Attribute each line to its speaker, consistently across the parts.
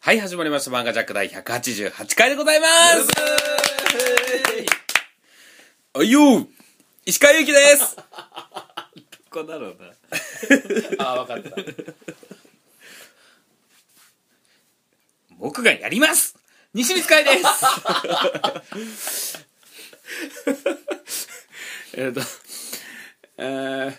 Speaker 1: はい、始まりました。漫画ジャック第188回でございますおいよ石川祐希です
Speaker 2: こだろうな
Speaker 3: ああ分かった
Speaker 1: 僕がやります西光海ですえっと、えー、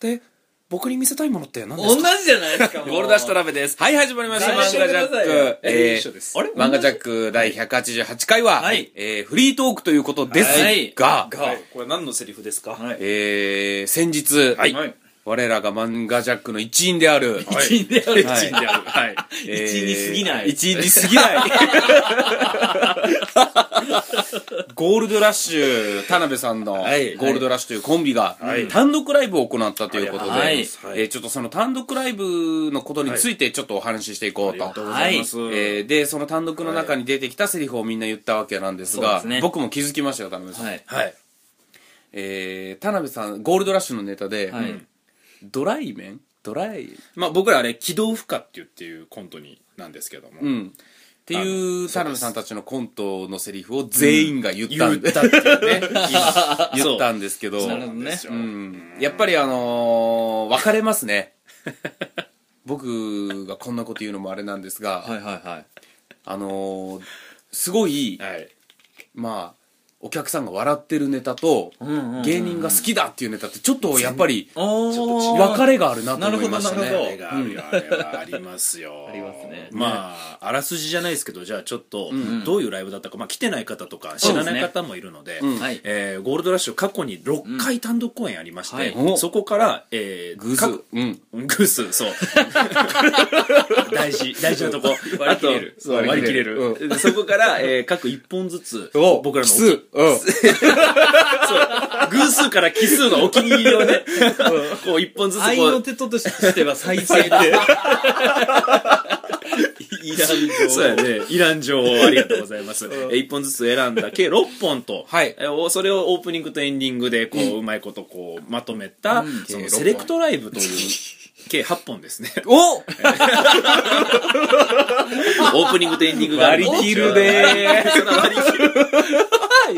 Speaker 1: で、僕に見せたいものって何で す
Speaker 3: 同
Speaker 1: か
Speaker 3: じじゃないですか
Speaker 1: ゴールダッシュトラベです。はい、始まりました。
Speaker 3: 来
Speaker 1: 漫画
Speaker 3: 週
Speaker 1: ジ
Speaker 3: くだ
Speaker 1: ャッ
Speaker 3: さいよ
Speaker 1: ク。
Speaker 2: え
Speaker 1: ー
Speaker 2: 一緒です
Speaker 1: あれ漫画ジャック第188回は、
Speaker 3: はい
Speaker 1: えーフリートークということです
Speaker 3: はい
Speaker 1: が、
Speaker 3: はい
Speaker 2: これ何のセリフですか
Speaker 3: はい
Speaker 1: えー、先日、
Speaker 2: はい
Speaker 1: 我らが漫画ジャックの一員である、
Speaker 3: 一員である
Speaker 1: は
Speaker 3: 一
Speaker 1: い
Speaker 3: 員である
Speaker 2: はい
Speaker 1: えー
Speaker 3: 一員に過ぎない
Speaker 1: 一員に過ぎない。ゴールドラッシュ、田辺さんのゴ
Speaker 3: はい
Speaker 1: ールドラッシュというコンビが
Speaker 2: はい
Speaker 1: 単独ライブを行ったということで、
Speaker 3: はい
Speaker 1: えーちょっとその単独ライブのことについてちょっとお話ししていこうと。
Speaker 3: うございます
Speaker 1: えーで、その単独の中に出てきたセリフをみんな言ったわけなんです
Speaker 3: そう
Speaker 1: が、
Speaker 3: ですね
Speaker 1: 僕も気づきましたよ、田辺さん。
Speaker 3: はい
Speaker 2: はい
Speaker 1: えー田辺さん、ゴールドラッシュのネタで、
Speaker 3: はい
Speaker 1: ドライ麺ドライ
Speaker 2: まあ僕らあれ軌道負荷って言っていうコントになんですけども
Speaker 1: うん。っていう田辺さんたちのコントのセリフを全員が言ったんで、
Speaker 2: 言ったっていうね
Speaker 1: 言ったんですけど、
Speaker 3: なるほ
Speaker 1: う
Speaker 3: どね
Speaker 2: ですよ
Speaker 1: ん、やっぱりあのー分かれますね。 僕がこんなこと言うのもあれなんですが、
Speaker 3: はいはいはい
Speaker 1: あのーすごい、
Speaker 2: はい
Speaker 1: まあ、お客さんが笑ってるネタと、
Speaker 3: んうんうん
Speaker 1: 芸人が好きだっていうネタって、ちょっとやっぱり、
Speaker 3: おー
Speaker 1: 分かれがあるなと思いました
Speaker 3: なるほ
Speaker 1: ね。
Speaker 3: ど
Speaker 2: あれがあるよあれはありますよ
Speaker 3: ありますね
Speaker 2: まああらすじじゃないですけどじゃあちょっとどういうライブだったかまあ来てない方とか知らない方もいるので
Speaker 1: うん
Speaker 3: はい
Speaker 2: えーゴールドラッシュ過去に6回単独公演ありまし
Speaker 3: うん
Speaker 1: は
Speaker 2: て
Speaker 1: い
Speaker 2: そこからえー
Speaker 1: 偶
Speaker 2: 各
Speaker 1: 数。うん。
Speaker 2: グース、そう。 大事、大事なとこ。
Speaker 3: 割り切れる
Speaker 2: あとそう割り切れる。
Speaker 1: 割
Speaker 2: でそこから、えー各1本ずつ、
Speaker 1: お
Speaker 2: 僕らの、
Speaker 1: 奇
Speaker 2: そう、
Speaker 1: 数。うん。
Speaker 2: 偶数から奇数のお気に入りをね、 こう1本ずつ
Speaker 3: 愛
Speaker 2: こ
Speaker 3: の
Speaker 2: う、
Speaker 3: 手としては最低 だいらん
Speaker 2: そうやね、イラン状をありがとうございます。えー一本ずつ選んだ計6本と、
Speaker 1: はい
Speaker 2: えーおそれをオープニングとエンディングで、こう、うまいことこう、まとめた、そ
Speaker 1: 計六
Speaker 2: の
Speaker 1: 本
Speaker 2: セレクトライブと いう、計8本ですね。
Speaker 1: お
Speaker 2: オープニングとエンディングがあ
Speaker 1: 割り切るね
Speaker 2: その割り切る。い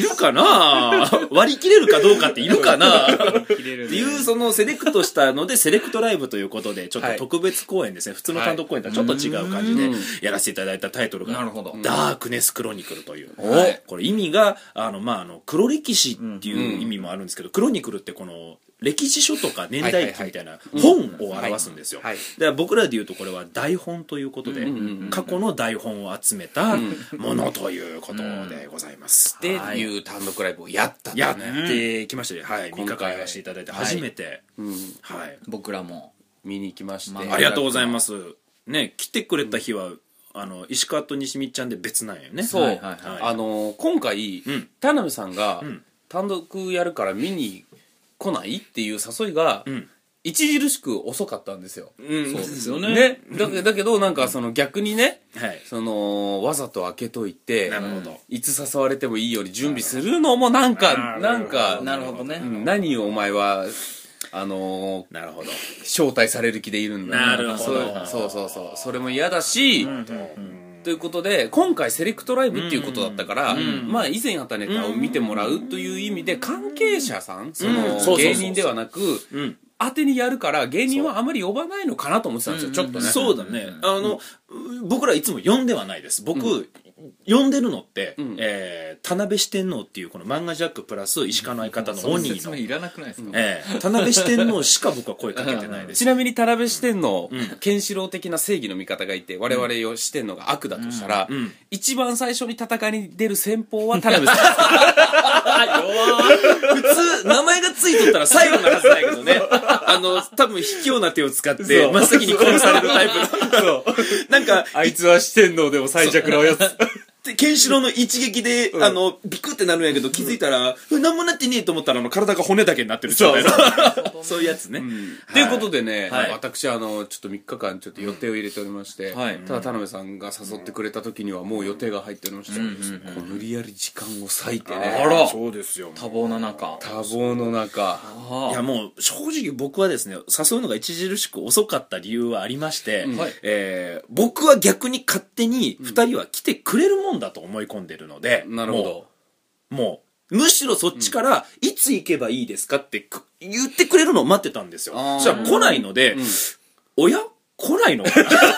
Speaker 2: るかな割り切れるかどうかっているかなって
Speaker 3: 切れるね
Speaker 2: いうそのセレクトしたのでセレクトライブということでちょっ
Speaker 1: は
Speaker 2: と
Speaker 1: い
Speaker 2: 特別公演ですね、普通の単独公演とはちょっと違う感じでやらせていただいたタイトルが
Speaker 3: なるほど
Speaker 2: ダークネスクロニクル」という
Speaker 1: お
Speaker 2: はいこれ意味があの、まあ、あの黒歴史っていう意味もあるんですけど、クロニクルってこの歴史書とか年代記みたいな本を表すんですよ、
Speaker 1: はいはい
Speaker 2: で僕らで言うとこれは台本ということで、過去の台本を集めたものということでございます、
Speaker 1: って
Speaker 3: はい
Speaker 1: いう単独ライブをやったんだ
Speaker 2: や
Speaker 1: よね。
Speaker 2: ってきましたね、はい3
Speaker 1: 今回
Speaker 2: 日間やらせていただいて初めて
Speaker 1: うん
Speaker 2: はい、
Speaker 3: 僕らも
Speaker 1: 見に行きまして。
Speaker 3: ま
Speaker 2: ありがとうございますね来てくれた日は、あの石川と西見ちゃんで別なんよね
Speaker 1: そう、
Speaker 3: はいはい
Speaker 2: はい
Speaker 1: あのー今回、
Speaker 2: ん
Speaker 1: 田辺さんが
Speaker 2: ん
Speaker 1: 単独やるから見に来ないっていう誘いが、
Speaker 2: ん
Speaker 1: 著しく遅かったんですよ。
Speaker 2: うん
Speaker 3: そうですよね
Speaker 1: ね、だけだけどなんかその逆にね、
Speaker 2: はい
Speaker 1: そのわざと開けといて
Speaker 2: なるほど
Speaker 1: いつ誘われてもいいように準備するのもなんかな
Speaker 2: なる
Speaker 1: ん
Speaker 2: ほど
Speaker 1: か
Speaker 3: なるほどね
Speaker 1: うん何をお前はあのー
Speaker 2: なるほど
Speaker 1: 招待される気でいるんだ
Speaker 2: なるほど
Speaker 1: そうそうそうそうそれも嫌だし、ということで今回セレクトライブっていうことだったから、まあ以前やったネタを見てもらうという意味で関係者さん、そ
Speaker 2: うん
Speaker 1: の
Speaker 2: そうそうそう
Speaker 1: 芸人ではなく、
Speaker 2: うん
Speaker 1: 当てにやるから芸人はあまり呼ばないのかなと思ってたんですよ、ちょっとね
Speaker 2: そうだね。あの、僕らいつも呼んではないです。僕、呼んでるのって、
Speaker 1: ん
Speaker 2: えー田辺四天王っていうこの漫画ジャックプラス石川の相方のオニー
Speaker 3: 説
Speaker 2: の
Speaker 3: 明、いらなくないですか
Speaker 2: えー田辺四天王しか僕は声かけてないです
Speaker 1: ち。なみに田辺四天王、ケンシロウ的な正義の味方がいて我々を四天王が悪だとしたら、
Speaker 2: ん
Speaker 1: 一番最初に戦いに出る先方は田辺さん
Speaker 2: 普通、名前がついとったら最後なはずだけどね。 あの、多分卑怯な手を使って、真っ 先に殺されるタイプの。なんか、
Speaker 1: あいつは四天王でも最弱なおやつ。
Speaker 2: ってケンシロウの一撃で、あのビクってなるんやけど気づいたら、うん、何もなってねえと思ったらあの体が骨だけになってる状態の そういうやつね、
Speaker 1: ということでね、
Speaker 2: はい
Speaker 1: 私あのちょっと3日間ちょっと予定を入れておりまして、
Speaker 2: はい
Speaker 1: ただ田辺さんが誘ってくれた時にはもう予定が入っておりまして、こう無理やり時間を割いてね
Speaker 3: あら
Speaker 2: そうですよ
Speaker 3: 多忙な中
Speaker 1: 多忙の中
Speaker 3: あ
Speaker 2: いやもう正直僕はですね誘うのが著しく遅かった理由はありまして、
Speaker 1: はい
Speaker 2: えー僕は逆に勝手に2人は来てくれるもんだと思い込んでるので、
Speaker 1: なるほど
Speaker 2: もうもうむしろそっちから、いつ行けばいいですかってく言ってくれるのを待ってたんですよ
Speaker 1: あー
Speaker 2: そしたら来ないので、おや来ないの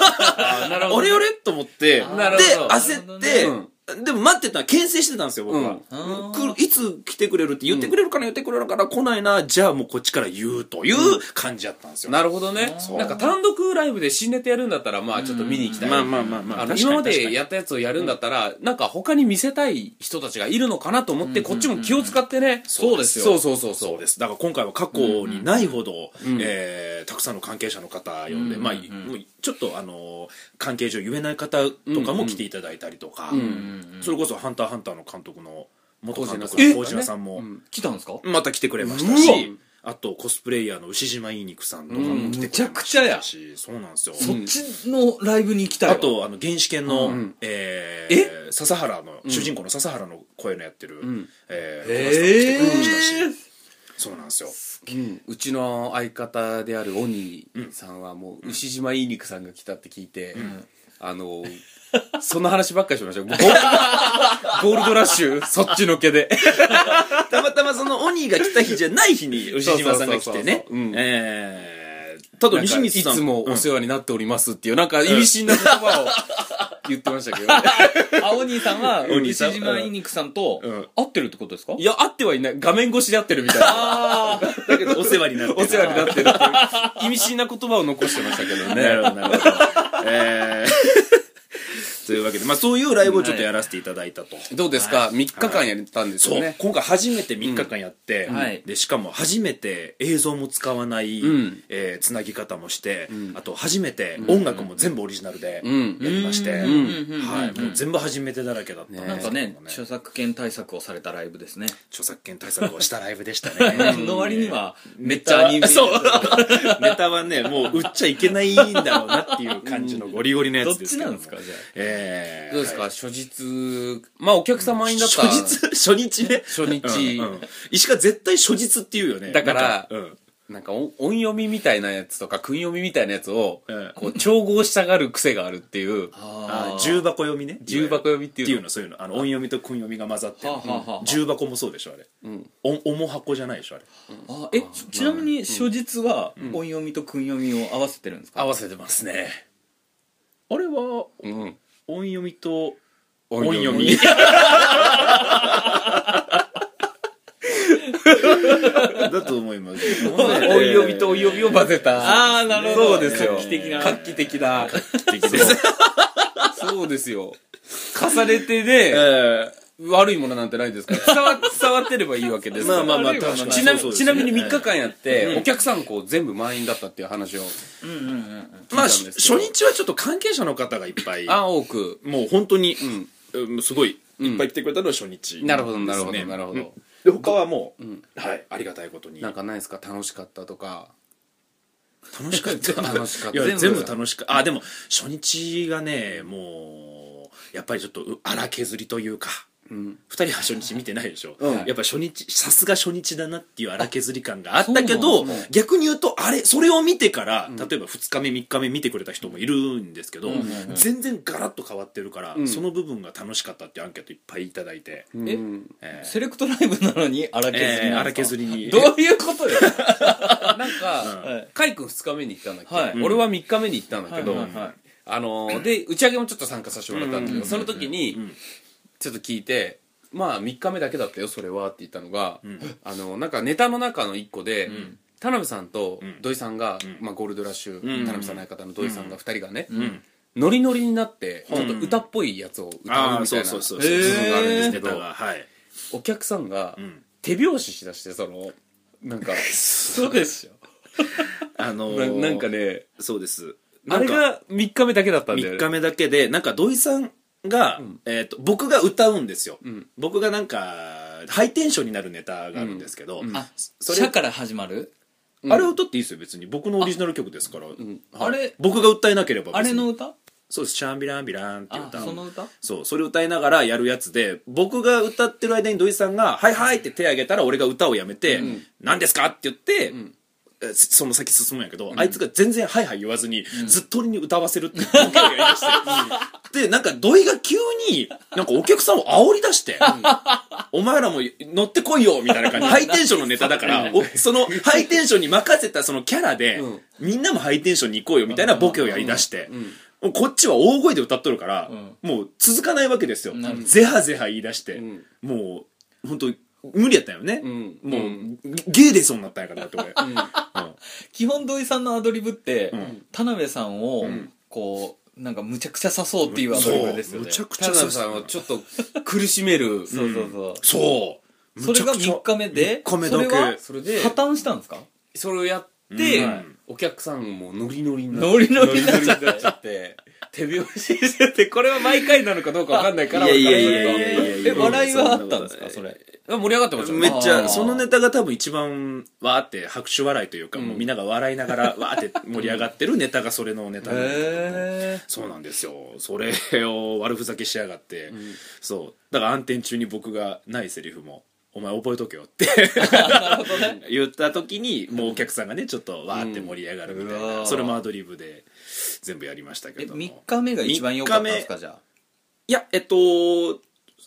Speaker 1: あなる
Speaker 2: あれあれと思ってで
Speaker 1: なるほど
Speaker 2: 焦って、でも待ってた牽制してたんですよ僕は、
Speaker 1: うん
Speaker 3: あ
Speaker 2: くいつ来てくれるって言ってくれるから言ってくれるから来ないな、じゃあもうこっちから言うという感じだったんですよ、
Speaker 1: なるほどね
Speaker 2: う
Speaker 1: なんか単独ライブで新ネタやるんだったらまあちょっと見に行きたい、
Speaker 2: まあまあまあまあ
Speaker 1: あの
Speaker 2: 確かに
Speaker 1: 今ま
Speaker 2: 確か
Speaker 1: で
Speaker 2: に
Speaker 1: やったやつをやるんだったら、なんか他に見せたい人たちがいるのかなと思って、こっちも気を使ってね、
Speaker 2: そうですよ
Speaker 1: そうそうそう
Speaker 2: そ
Speaker 1: そうう
Speaker 2: ですだから今回は過去にないほど、えーたくさんの関係者の方呼んで、まあ、もうちょっとあのー関係上言えない方とかも来ていただいたりとか、それこそ「ハンターハンター」の監督の元監督
Speaker 1: え
Speaker 2: の麹島さんも
Speaker 3: 来たんですか
Speaker 2: また来てくれました
Speaker 1: うわ
Speaker 2: しあとコスプレイヤーの牛島いい肉さんとかも来てくれましたし、そうなんですよ
Speaker 3: そっちのライブに行きたいわ
Speaker 2: あとあの原始犬の、
Speaker 1: ん
Speaker 2: えー笹原の、主人公の笹原の声のやってる、えー小松さんも来てくれましたしそうなんですよ
Speaker 1: うん、うちの相方である鬼さんはもう牛島いい肉さんが来たって聞いて、あのその話ばっかりしました よゴーゴールドラッシュそっちのけで
Speaker 2: たまたまその鬼が来た日じゃない日に牛島さんが来
Speaker 1: そうそうそう
Speaker 2: てね
Speaker 1: そううん
Speaker 2: えーただ
Speaker 1: なんか
Speaker 2: 西
Speaker 1: い
Speaker 2: 光さん
Speaker 1: つも
Speaker 2: うん
Speaker 1: お世話になっておりますっていうなんか意味深な言葉を言ってましたけど、ね、
Speaker 3: あお兄さんは
Speaker 2: お兄
Speaker 3: 西
Speaker 2: さん
Speaker 3: 島いにくさんと
Speaker 2: うん
Speaker 3: 会ってるってことですか
Speaker 1: いやあってはいない画面越しで会ってるみたいな
Speaker 3: ああ
Speaker 2: だけ どお世話になってる
Speaker 1: お世話になってるっていう意味深な言葉を残してましたけど
Speaker 2: なる
Speaker 1: ね
Speaker 2: ほどなるほどえー というわけで、まあ、そういうライブをちょっとやらせていただいたと、
Speaker 1: どうですか、3日間やったんです
Speaker 2: そう、
Speaker 1: よね
Speaker 2: 今回初めて3日間やって、
Speaker 3: うんはい
Speaker 2: でしかも初めて映像も使わない、
Speaker 1: ん
Speaker 2: えーつなぎ方もして、あと初めて音楽も全部オリジナルで
Speaker 1: ん
Speaker 2: やりまして、
Speaker 3: んうん
Speaker 2: はい、もう全部初めてだらけだったんです
Speaker 3: なんか
Speaker 2: け
Speaker 3: ね
Speaker 2: ども
Speaker 3: 著作権対策をされたライブですね
Speaker 2: 著作権対策をしたライブで したね
Speaker 3: の割にはめっちゃアニメ
Speaker 2: そうネタはねもう売っちゃいけないんだろうなっていう感じのゴリゴリのや
Speaker 3: どっ
Speaker 2: つで
Speaker 3: ち
Speaker 2: すけ
Speaker 3: なん
Speaker 2: ども
Speaker 3: ですかじゃあ
Speaker 2: えー
Speaker 1: どうですか、初日まあお客様にだった
Speaker 2: 初日初日ね
Speaker 1: 初日
Speaker 2: うんうん石川絶対初日って言うよね
Speaker 1: だから
Speaker 2: なんうん
Speaker 1: なんか音音読みみたいなやつとか訓読みみたいなやつを
Speaker 2: ええ、
Speaker 1: こう、調合したがる癖があるっていう、
Speaker 2: あ
Speaker 3: あ
Speaker 2: ー重箱読みね
Speaker 1: 重箱読みって
Speaker 2: って
Speaker 1: い
Speaker 2: いうう
Speaker 1: の。
Speaker 2: のそういうのあの音読みと訓読みが混ざってる
Speaker 3: はあはあはあ
Speaker 2: 重箱もそうでしょあれ、お重箱じゃないでしょあれ
Speaker 3: あえちちなみに初日は音読みと訓読みを合わせてるんですか
Speaker 1: 合わせてますね。
Speaker 2: あれは
Speaker 1: うん。
Speaker 2: 音読みと
Speaker 1: 音読み。
Speaker 2: だと思います音
Speaker 1: 音読みと音読みを混ぜた。
Speaker 3: あーなるほど
Speaker 1: そうですよ。
Speaker 3: 画期的な
Speaker 1: 画期的な。
Speaker 2: 的です
Speaker 1: そうですよ。重ねてで、
Speaker 2: え
Speaker 1: 悪いものなんてないですから。伝わ、伝わってればいいわけですから。
Speaker 2: まあまあまあ
Speaker 1: 悪いわ
Speaker 2: 確かに
Speaker 1: ちなみ
Speaker 2: そうです
Speaker 1: ち
Speaker 2: ね
Speaker 1: なみに3日間やって、お客さんこう全部満員だったっていう話を。
Speaker 2: ー
Speaker 1: 聞い
Speaker 2: まあ
Speaker 1: た
Speaker 2: し
Speaker 1: んですけ
Speaker 2: 初
Speaker 1: ど
Speaker 2: 日はちょっと関係者の方がいっぱい
Speaker 1: ああ、多く。
Speaker 2: もう本当に、うんすごいいっぱい来てくれたのは初日、
Speaker 1: なるほど、なるほ
Speaker 2: で
Speaker 1: ど、
Speaker 2: すね
Speaker 1: なるほど。
Speaker 2: で他はもう、はい、ありがたいことに
Speaker 1: なんかないですか楽しかったとか。
Speaker 2: 楽しかった
Speaker 1: 楽しかった
Speaker 2: いや
Speaker 1: 全
Speaker 2: 全
Speaker 1: 部
Speaker 2: 部楽しかったあでも初日がねもうやっぱりちょっとう荒削りというか、二人は初日見てないでしょ、
Speaker 1: うん
Speaker 2: やっぱ初日さすが初日だなっていう荒削り感があったけ
Speaker 3: そ
Speaker 2: ど
Speaker 3: うなんです
Speaker 2: 逆に言うとあれそれを見てから、例えば2日目3日目見てくれた人もいるんですけど、全然ガラッと変わってるから、その部分が楽しかったっていうアンケートいっぱいいただいて、
Speaker 1: え、
Speaker 2: えー
Speaker 3: セレクトライブなのに荒削りなんです
Speaker 2: え
Speaker 3: か
Speaker 2: ー荒削りに
Speaker 3: どういうこと よ
Speaker 1: なんか、
Speaker 3: はい
Speaker 1: カイ君2日目に行ったんだけど、
Speaker 3: はい
Speaker 1: 俺は3日目に行ったんだけど、
Speaker 3: はいはいはい
Speaker 1: あのーで、打ち上げもちょっと参加させてもらったんだけど、その時に、ちょっと聞いて、まあ3日目だけだったよ、それはって言ったのが、あの、なんかネタの中の1個で、田辺さんと土井さんが、まあ、ゴールドラッシュ、田辺さんの相方の土井さんが2人がね、ノリノリになって、ちょっと歌っぽいやつを歌うみたいな
Speaker 2: ああ
Speaker 1: 部
Speaker 2: そ
Speaker 1: 分
Speaker 2: うそうそうそう
Speaker 1: があるんですけ
Speaker 2: ネタ
Speaker 1: ど、
Speaker 2: がはい
Speaker 1: お客さんが
Speaker 2: ん
Speaker 1: 手拍子しだして、その、なんか、
Speaker 3: そうですよ
Speaker 2: あの
Speaker 1: な
Speaker 2: ー
Speaker 1: なんかね、
Speaker 2: そうです
Speaker 1: あれが3日目だけだったんだよ
Speaker 2: 3
Speaker 1: ね
Speaker 2: 日目だけでなんか土井さんが、
Speaker 1: ん
Speaker 2: えー、と僕が歌うんですよ、
Speaker 1: ん
Speaker 2: 僕がなんかハイテンションになるネタがあるんですけど、
Speaker 3: あ
Speaker 2: それ
Speaker 3: 社から始まる
Speaker 2: あれを歌っていいですよ別に僕のオリジナル曲ですから、はい
Speaker 3: あれ
Speaker 2: 僕が歌えなければ別に
Speaker 3: あれの歌
Speaker 2: そうです「シャンビランビラン」っていう
Speaker 3: あ
Speaker 2: 歌
Speaker 3: その歌
Speaker 2: そうそれを歌いながらやるやつで僕が歌ってる間に土井さんが「はいはい」って手挙げたら俺が歌をやめて「何ですか?」って言って、えその先進むんやけど、あいつが全然「はいはい」言わずに、ずっと俺に歌わせるっていうボケをやりまして、でなんか土井が急になんかお客さんを煽り出して「お前らも乗ってこいよ」みたいな感じハイテンションのネタだからおそのハイテンションに任せたそのキャラで、
Speaker 1: うん
Speaker 2: みんなもハイテンションに行こうよみたいなボケをやりだして。もうこっちは大声で歌っとるから、もう続かないわけですよ
Speaker 3: なるほ。ど
Speaker 2: ゼハゼハ言い出して、
Speaker 1: ん
Speaker 2: もう、本当無理やったよね。
Speaker 1: ん
Speaker 2: もう、
Speaker 1: う
Speaker 2: ゲー出そうになったんやから、だって俺。
Speaker 3: 基本土井さんのアドリブって、
Speaker 2: うん
Speaker 3: 田辺さんをこうなんかむちゃくちゃ誘そうっていうアドリブです
Speaker 2: そう、
Speaker 3: よ
Speaker 2: む
Speaker 3: ね
Speaker 2: ちゃくち
Speaker 1: 田
Speaker 2: ゃ
Speaker 1: 辺さんをちょっと苦しめる
Speaker 3: そうそうそう、
Speaker 2: そう。
Speaker 3: それが3日目で
Speaker 2: 3日目だ
Speaker 3: そ
Speaker 2: け
Speaker 3: れは
Speaker 1: それで
Speaker 3: 破綻したんですか
Speaker 1: それをやって、
Speaker 2: うんはい
Speaker 1: お客さんもノリノリになって
Speaker 3: ノリノリになっちゃっ
Speaker 1: ノリノリになっちゃって手拍子しててこれは毎回なのかどうかわかんないから
Speaker 2: いやいやいやい
Speaker 1: 俺
Speaker 2: や
Speaker 1: から見ると
Speaker 2: いや
Speaker 3: え笑いはあったんですかそれ
Speaker 1: 盛り上がってました
Speaker 2: めっち
Speaker 3: あ
Speaker 2: ゃ、
Speaker 3: ー
Speaker 2: そのネタが多分一番、わーって拍手笑いというか、もうみんなが笑いながら、わーって盛り上がってるネタがそれのネタなんだけど
Speaker 3: へ
Speaker 2: そうなんですよそれを悪ふざけしやがって、そうだから暗転中に僕がないセリフも「お前覚えとけよ」って 言った時にもうお客さんがねちょっとわーって盛り上がるみたいな、
Speaker 3: うん
Speaker 2: それもアドリブで全部やりました
Speaker 3: え
Speaker 2: けども
Speaker 3: 3日目が一番良かったんです
Speaker 2: 三
Speaker 3: かじゃ
Speaker 2: いやえっと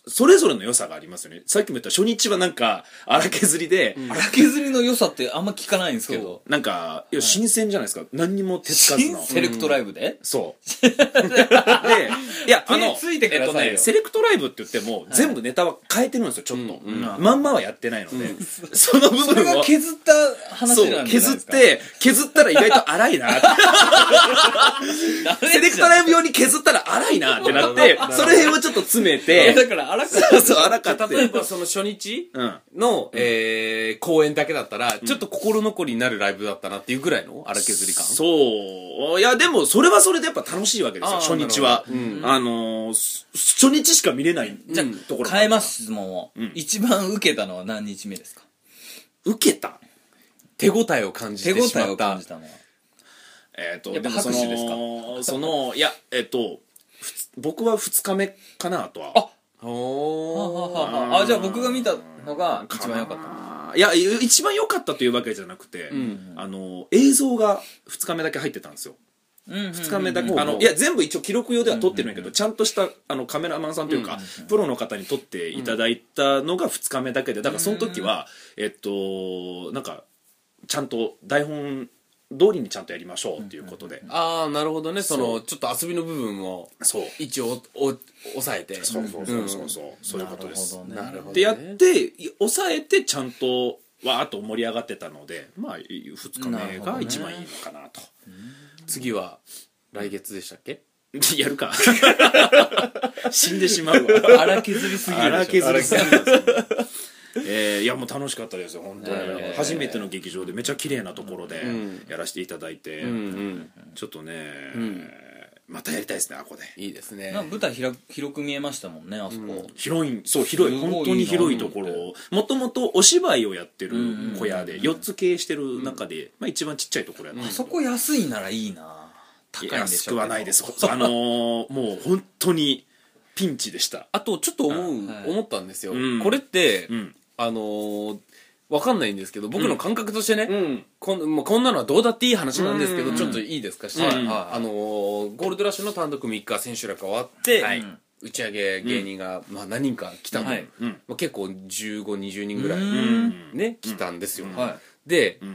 Speaker 2: それぞれの良さがありますよねさっきも言った初日はなんか荒削りで、
Speaker 3: あ荒削りの良さってあんま聞かないんですけど
Speaker 2: なんかいや新鮮じゃないですか、何にも手つかず
Speaker 3: 新
Speaker 2: の
Speaker 3: セレクトライブで、
Speaker 2: そ うでいやあの
Speaker 3: 手ついてくださいよ
Speaker 2: えっとね、セレクトライブって言っても、全部ネタは変えてるんですよちょっと、
Speaker 1: うん
Speaker 2: まんまはやってないので、 その部分を
Speaker 3: それが削った
Speaker 2: そ
Speaker 3: 話な
Speaker 2: うん
Speaker 3: じゃない
Speaker 2: 削
Speaker 3: で
Speaker 2: っ
Speaker 3: すか
Speaker 2: て削ったら意外 と荒いなってセレクトライブ用に削ったら荒いなって なってそれをちょっと詰め
Speaker 3: いやだ
Speaker 2: て
Speaker 3: から荒く
Speaker 2: そうそう荒かった
Speaker 1: 例えばその初日
Speaker 2: うん
Speaker 1: の、えー公演だけだったら、ちょっと心残りになるライブだったなっていうぐらいの荒削り感
Speaker 2: そういやでもそれはそれでやっぱ楽しいわけですよ
Speaker 1: あー
Speaker 2: 初日は、
Speaker 1: なるほどうん
Speaker 2: あのーす初日しか見れない
Speaker 3: じゃあ
Speaker 2: ところ
Speaker 3: 変えますす質問を、
Speaker 2: ん
Speaker 3: 一番受けたのは何日目ですか
Speaker 2: 受けた
Speaker 1: 手応えを感じ
Speaker 3: 手
Speaker 1: て
Speaker 3: 応
Speaker 1: し
Speaker 3: え
Speaker 1: ま
Speaker 3: を
Speaker 1: った
Speaker 3: 感じたのは
Speaker 2: えっ、と、
Speaker 3: やっぱ
Speaker 2: でもその
Speaker 3: 拍手ですか
Speaker 2: その、いや、えっ、と、ふつ僕は2日目かな、あとは。
Speaker 3: あ
Speaker 1: おー
Speaker 3: はあはあはああじゃあ僕が見たのが一番良かった
Speaker 2: った。いや、い一番良かったというわけじゃなくて、
Speaker 1: ん
Speaker 2: あの、映像が2日目だけ入ってたんですよ。
Speaker 3: 2
Speaker 2: 2日目だけ、
Speaker 1: うん
Speaker 2: あの、いや、全部一応記録用では撮ってるんやけど、ちゃんとした、あの、カメラマンさんというか、プロの方に撮っていただいたのが2日目だけで、だからその時は、えっと、なんか、ちゃんと台本通りにちゃんとやりましょうっていうことで。
Speaker 1: ああなるほどねそ
Speaker 2: そ
Speaker 1: のちょっと遊びの部分を
Speaker 2: そう。
Speaker 1: 一応お抑えて
Speaker 2: そうそうそうそうそう、そういうことです。
Speaker 3: なるほどね
Speaker 1: なるほどね
Speaker 2: でやって抑えてちゃんとわーっと盛り上がってたのでまあ2日
Speaker 3: な
Speaker 2: 目
Speaker 3: るほど
Speaker 2: が
Speaker 3: ね
Speaker 2: 一番いいのかなと
Speaker 1: 次は来月でしたっけ
Speaker 2: や るか死んでしまうわ
Speaker 3: 荒削りすぎる
Speaker 2: 荒
Speaker 3: でしょ
Speaker 2: 削りすぎるえーいやもう楽しかったですよ本当に、
Speaker 3: えー
Speaker 2: 初めての劇場でめちゃ綺麗なところで
Speaker 1: ん
Speaker 2: やらせていただいて、
Speaker 1: ん
Speaker 2: ちょっとね、またやりたいですねあこで
Speaker 1: いいですね
Speaker 3: なんか舞台ひら広く見えましたもんねあそこ、
Speaker 2: 広いそう広い
Speaker 3: すごいな
Speaker 2: 本当に広いところをもともとお芝居をやってる小屋で4つ経営してる中で、まあ、一番ちっちゃいところやったん
Speaker 3: あ
Speaker 2: です
Speaker 3: そこ安いならいいな高いんでしょうけど
Speaker 2: 安くはないですあのーもう本当にピンチでした
Speaker 1: あとちょっと思う、
Speaker 3: はい
Speaker 1: 思ったんですよ、
Speaker 2: うん
Speaker 1: これって、
Speaker 2: うん
Speaker 1: あのー、わかんないんですけど僕の感覚としてね、
Speaker 2: ん
Speaker 1: こんもうこんなのはどうだっていい話なんですけど、
Speaker 2: うん
Speaker 1: ちょっといいですか、し
Speaker 2: はい
Speaker 1: あのーゴールドラッシュの単独3日千秋楽終わって、
Speaker 2: はい
Speaker 1: 打ち上げ芸人が、まあ、何人か来たの、
Speaker 3: はい
Speaker 2: うん
Speaker 1: まあ、結構1520人ぐらい、
Speaker 3: うん
Speaker 1: ね、来たんですよ、
Speaker 3: はい
Speaker 1: で、
Speaker 2: ん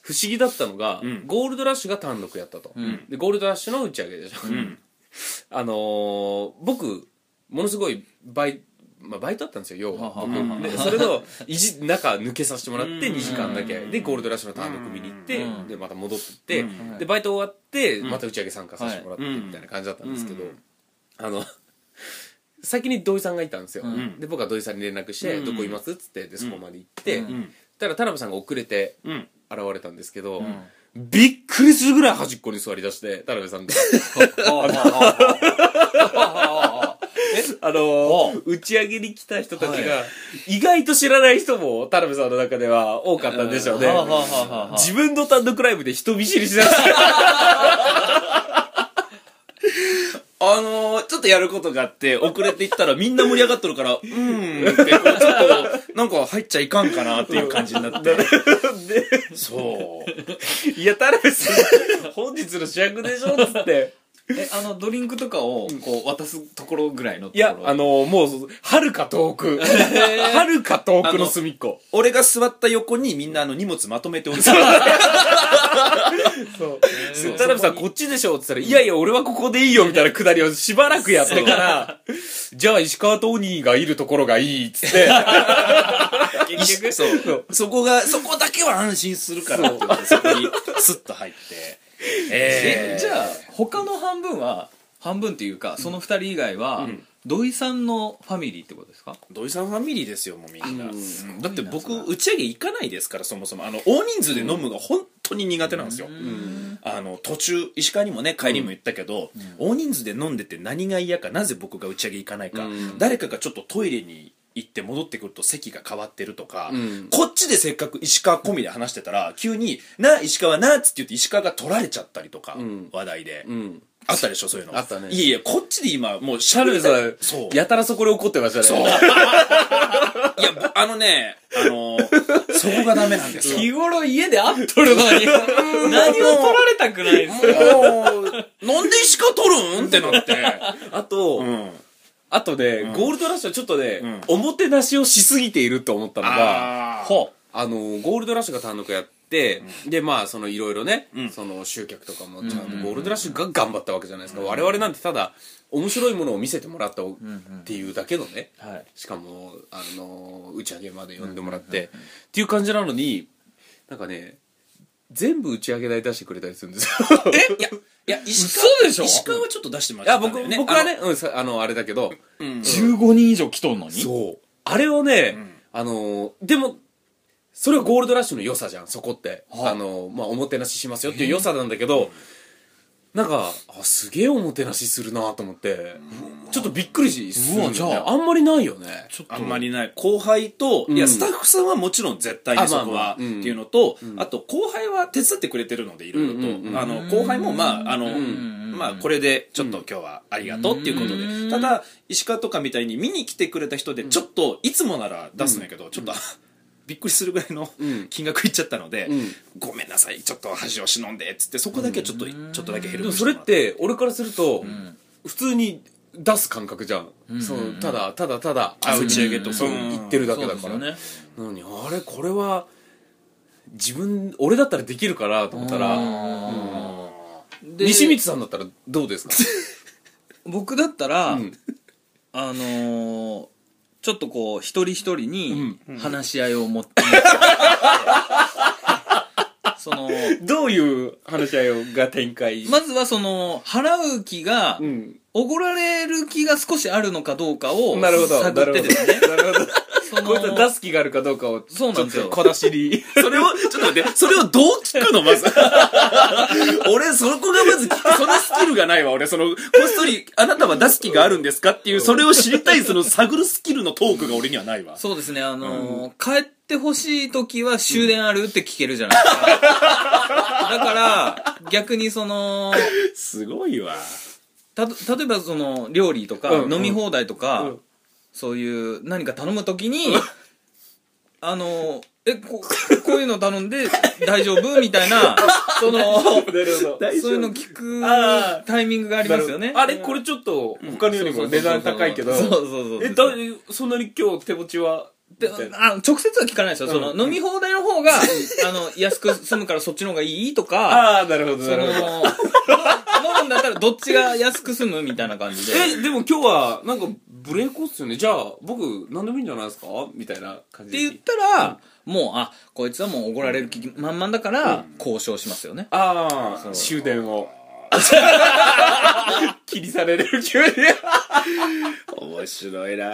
Speaker 1: 不思議だったのが、
Speaker 2: ん
Speaker 1: ゴールドラッシュが単独やったと、
Speaker 3: ん
Speaker 1: でゴールドラッシュの打ち上げでしょ、
Speaker 2: ん
Speaker 1: あのー僕ものすごいバイ,、まあ、バイトだったんですよ要は
Speaker 3: ははは
Speaker 1: 僕でそれをいじ中抜けさせてもらって2時間だけでゴールドラッシュの単独見に行って、
Speaker 3: うん
Speaker 1: でまた戻ってって、
Speaker 2: うん
Speaker 1: でバイト終わってまた打ち上げ参加させてもらってみたいな感じだったんですけど、
Speaker 2: うん
Speaker 1: あの先に土井さんがいたんですよ、
Speaker 2: ん
Speaker 1: で僕は土井さんに連絡して「
Speaker 2: うん
Speaker 1: どこいます?」っつってでそこまで行って、
Speaker 3: うん
Speaker 1: たら田辺さんが遅れて
Speaker 2: うん
Speaker 1: 現れたんですけど、びっくりするぐらい端っこに座り出して田辺さんが
Speaker 3: はあはあはあはあはあはあはあ
Speaker 1: あの
Speaker 3: お
Speaker 1: ー、打ち上げに来た人たちが、意外と知らない人も、田辺さんの中では多かったんでしょうね。
Speaker 3: はあはあはあはあ
Speaker 1: 自分の単独ライブで人見知りしなさい。
Speaker 2: あのー、ちょっとやることがあって、遅れていったらみんな盛り上がっとるから、うーんって、ちょっと、なんか入っちゃいかんかなっていう感じになって。 そう。
Speaker 1: いや、田辺さん、 本日の主役でしょっつって。
Speaker 3: えあのドリンクとかをこう渡すところぐらいのところ
Speaker 1: いや、あのー、もう、はるか遠く。 はるか遠くの隅っこ。
Speaker 2: 俺が座った横にみんなあの荷物まとめておる。
Speaker 1: そう。
Speaker 3: そう
Speaker 1: 田辺さん、こっちでしょって言ったら、いやいや、俺はここでいいよ、みたいなくだりをしばらくやってから、 じゃあ、石川とお兄がいるところがいい、っつって。
Speaker 2: 結局そう。 そこが、そこだけは安心するからってことでそこにスッと入って。 え
Speaker 3: え
Speaker 2: ー
Speaker 3: じゃあ他の半分は半分っていうかその2人以外は土井さんのファミリーってことですか
Speaker 2: 土井さんファミリーですよ、もうみんな。
Speaker 3: ごいな
Speaker 2: だって僕、
Speaker 3: それ
Speaker 2: 打ち上げ行かないですから、そもそも。あの、大人数で飲むが本当に苦手なんですよ。あの、途中、石川にもね、帰りも言ったけど、大人数で飲んでて何が嫌か、なぜ僕が打ち上げ行かないか、
Speaker 1: うん
Speaker 2: 誰かがちょっとトイレに行って戻ってくると席が変わってるとか、
Speaker 1: うん
Speaker 2: こっちでせっかく石川込みで話してたら、急に、なあ、石川なあっつって言って石川が取られちゃったりとか、
Speaker 1: ん
Speaker 2: 話題で。
Speaker 1: うん。
Speaker 2: あったでしょ、そういうの。
Speaker 1: あったね
Speaker 2: いやいや、こっちで今、もうし
Speaker 1: 田
Speaker 2: ゃべ
Speaker 1: 辺
Speaker 2: り
Speaker 1: さ
Speaker 2: たい、
Speaker 1: ん、
Speaker 2: そう。
Speaker 1: やたらそこで怒ってましたね。
Speaker 2: いや、ぼあのね、あ のーそこがダメなんですよ。
Speaker 3: 日頃家で会っとるのに何も取られたくないですよ
Speaker 2: もう、なんで石川取るんってなって。
Speaker 1: あと、
Speaker 2: うん。
Speaker 1: あとね、
Speaker 2: ん
Speaker 1: ゴールドラッシュはちょっとね、
Speaker 2: うん
Speaker 1: おもてなしをしすぎていると思ったのが、
Speaker 2: あー
Speaker 3: ほ
Speaker 1: あの、ゴールドラッシュが単独やって、で、まあ、その、いろいろね、
Speaker 2: ん
Speaker 1: その、集客とかも、ちゃんとゴールドラッシュが頑張ったわけじゃないですか。我々なんてただ、面白いものを見せてもらったっていうだけのね、
Speaker 3: うはい
Speaker 1: しかも、あの、打ち上げまで呼んでもらって、っていう感じなのに、なんかね、全部打ち上げ代出してくれたりするんですよ。
Speaker 2: えいや、いや、石川。
Speaker 3: 嘘でしょ
Speaker 2: 石川はちょっと出しても
Speaker 1: いや、
Speaker 2: らってた
Speaker 1: 僕
Speaker 2: んだよ、ね。
Speaker 1: 僕はね、うん、さあの、あれだけど、
Speaker 2: あの。うん
Speaker 3: 15人以上来とんのに
Speaker 1: そう。あれをね、あのー、でも、それはゴールドラッシュの良さじゃん、そこって。
Speaker 3: はあ
Speaker 1: あのー、まあ、おもてなししますよっていう良さなんだけど、なんか、あ、すげえおもてなしするなと思って、ちょっとびっくりし、するんだよね
Speaker 3: うわじゃあ
Speaker 1: あんまりないよね。
Speaker 3: ちょっと
Speaker 2: あんまりない。後輩と、いや、
Speaker 1: うん
Speaker 2: スタッフさんはもちろん絶対
Speaker 1: あ
Speaker 2: にそ
Speaker 1: ま
Speaker 2: こ
Speaker 1: あまあ
Speaker 2: は、って
Speaker 1: うん
Speaker 2: いうのと、あと後輩は手伝ってくれてるので、いろいろ
Speaker 1: うんうんうん
Speaker 2: と。あの、後輩も、まあ、あの、
Speaker 3: ん
Speaker 2: まあ、これで、ちょっと今日はありがとうっていうこと
Speaker 3: う
Speaker 2: で。
Speaker 3: ん
Speaker 2: ただ、石川とかみたいに見に来てくれた人で、ちょっと、いつもなら出すんやけど、ちょっと、 びっくりするぐらいの
Speaker 1: うん
Speaker 2: 金額いっちゃったので
Speaker 1: うん、
Speaker 2: ごめんなさい、ちょっと恥を忍んで、つって、そこだけちょっと、ちょっとだけ減
Speaker 1: で
Speaker 2: る
Speaker 1: もそれっ、て、俺からすると、普通に出す感覚じゃん。そのただ、ただ、ただ、
Speaker 2: あ打ち上げと
Speaker 1: か
Speaker 2: か
Speaker 1: 行ってるだけだから。なのにあれこれは自分俺だったらできるかなと思ったら、うん
Speaker 3: で
Speaker 1: 西光さんだったらどうですか
Speaker 3: 僕だったら、
Speaker 1: うん
Speaker 3: あのーちょっとこう一人一人に話し合いを 持って、その
Speaker 1: どういう話し合いが展開
Speaker 3: まずはその払う気が
Speaker 1: うん
Speaker 3: おご、られる気が少しあるのかどうかを
Speaker 1: なるほど
Speaker 3: 探ってですね
Speaker 1: なるほど
Speaker 3: その
Speaker 1: こいつは出す気があるかどうかを
Speaker 3: そうなんですよ
Speaker 1: ちょっと小出しに
Speaker 2: それを、ちょっと待って、それをどう聞くの、 まず。俺、そこがまず聞く、そのスキルがないわ、俺。その、こっそり、あなたは出す気があるんですかっていう、それを知りたい、その探るスキルのトークが俺にはないわ。
Speaker 3: そうですねあのー帰ってほしい時は終電あるって聞けるじゃない ですかだから逆にその
Speaker 2: すごいわ。
Speaker 3: たと例えばその料理とか
Speaker 1: うん
Speaker 3: 飲み放題とか、
Speaker 1: うん
Speaker 3: そういう何か頼むときにあのえここういうの頼んで大丈夫みたい なそのそういうの聞くタイミングがありますよね
Speaker 1: あれこれちょっと他のよりも値段高いけど
Speaker 3: そうそうそうそう
Speaker 1: えだそんなに今日手持ちは
Speaker 3: であ直接は聞かないですよ、その飲み放題の 方があの安く済むからそっちの方がいいとか
Speaker 1: ああなるほど
Speaker 3: そ
Speaker 1: な
Speaker 3: の
Speaker 1: るほど
Speaker 3: 飲むんだったらどっちが安く済むみたいな感じで
Speaker 1: えでも今日はなんかブレイクっすよねじゃあ僕何でもいいんじゃないですかみたいな感
Speaker 3: っ
Speaker 1: じ
Speaker 3: て
Speaker 1: で
Speaker 3: 言ったら、もうあこいつはもうおごられる気満々だから、交渉しますよね
Speaker 1: あ
Speaker 3: そ
Speaker 1: あ
Speaker 3: う
Speaker 1: 終電 を切りされる急に
Speaker 2: 面白いな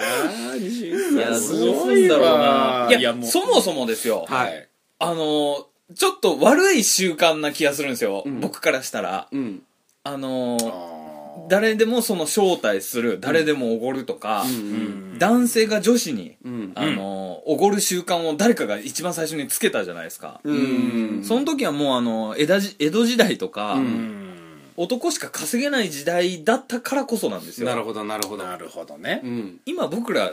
Speaker 2: 西
Speaker 3: い
Speaker 2: い
Speaker 3: や
Speaker 2: す
Speaker 3: どう
Speaker 2: ご
Speaker 3: すん
Speaker 2: い
Speaker 3: だろう
Speaker 2: わ
Speaker 3: ないやそも
Speaker 2: そ
Speaker 3: そもですよ、
Speaker 1: はい
Speaker 3: あのーちょっと悪い習慣な気がするんですよ、僕からしたら
Speaker 1: うん
Speaker 3: あのー誰でもその招待する誰でもおごるとか、男性が女子に、
Speaker 1: ん
Speaker 3: あのおごる習慣を誰かが一番最初につけたじゃないですか、
Speaker 1: うん
Speaker 3: その時はもうあの江戸じ江戸時代とか、
Speaker 2: うん
Speaker 3: 男しか稼げない時代だったからこそなんですよ
Speaker 1: なるほどなるほど
Speaker 2: なるほどね
Speaker 1: うん
Speaker 3: 今僕ら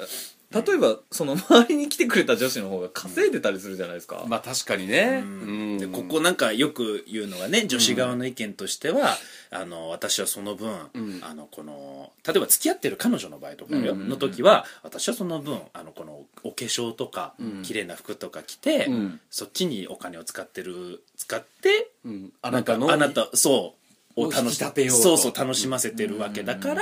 Speaker 3: 例えばその周りに来てくれた女子の方が稼いでたりするじゃないですか、
Speaker 1: まあ確かにねうん
Speaker 2: でここなんかよく言うのがね女子側の意見としては、あの私はその分、
Speaker 1: ん
Speaker 2: あのこの例えば付き合ってる彼女の場合とかよ、
Speaker 1: うん
Speaker 2: の時は私はその分あのこのお化粧とか、綺麗な服とか着て、
Speaker 1: うん
Speaker 2: そっちにお金を使ってる使って
Speaker 1: うんあなたの
Speaker 2: あなたそうを
Speaker 1: を引き立てようと
Speaker 2: そうそう楽しませてるわけだから、
Speaker 1: ん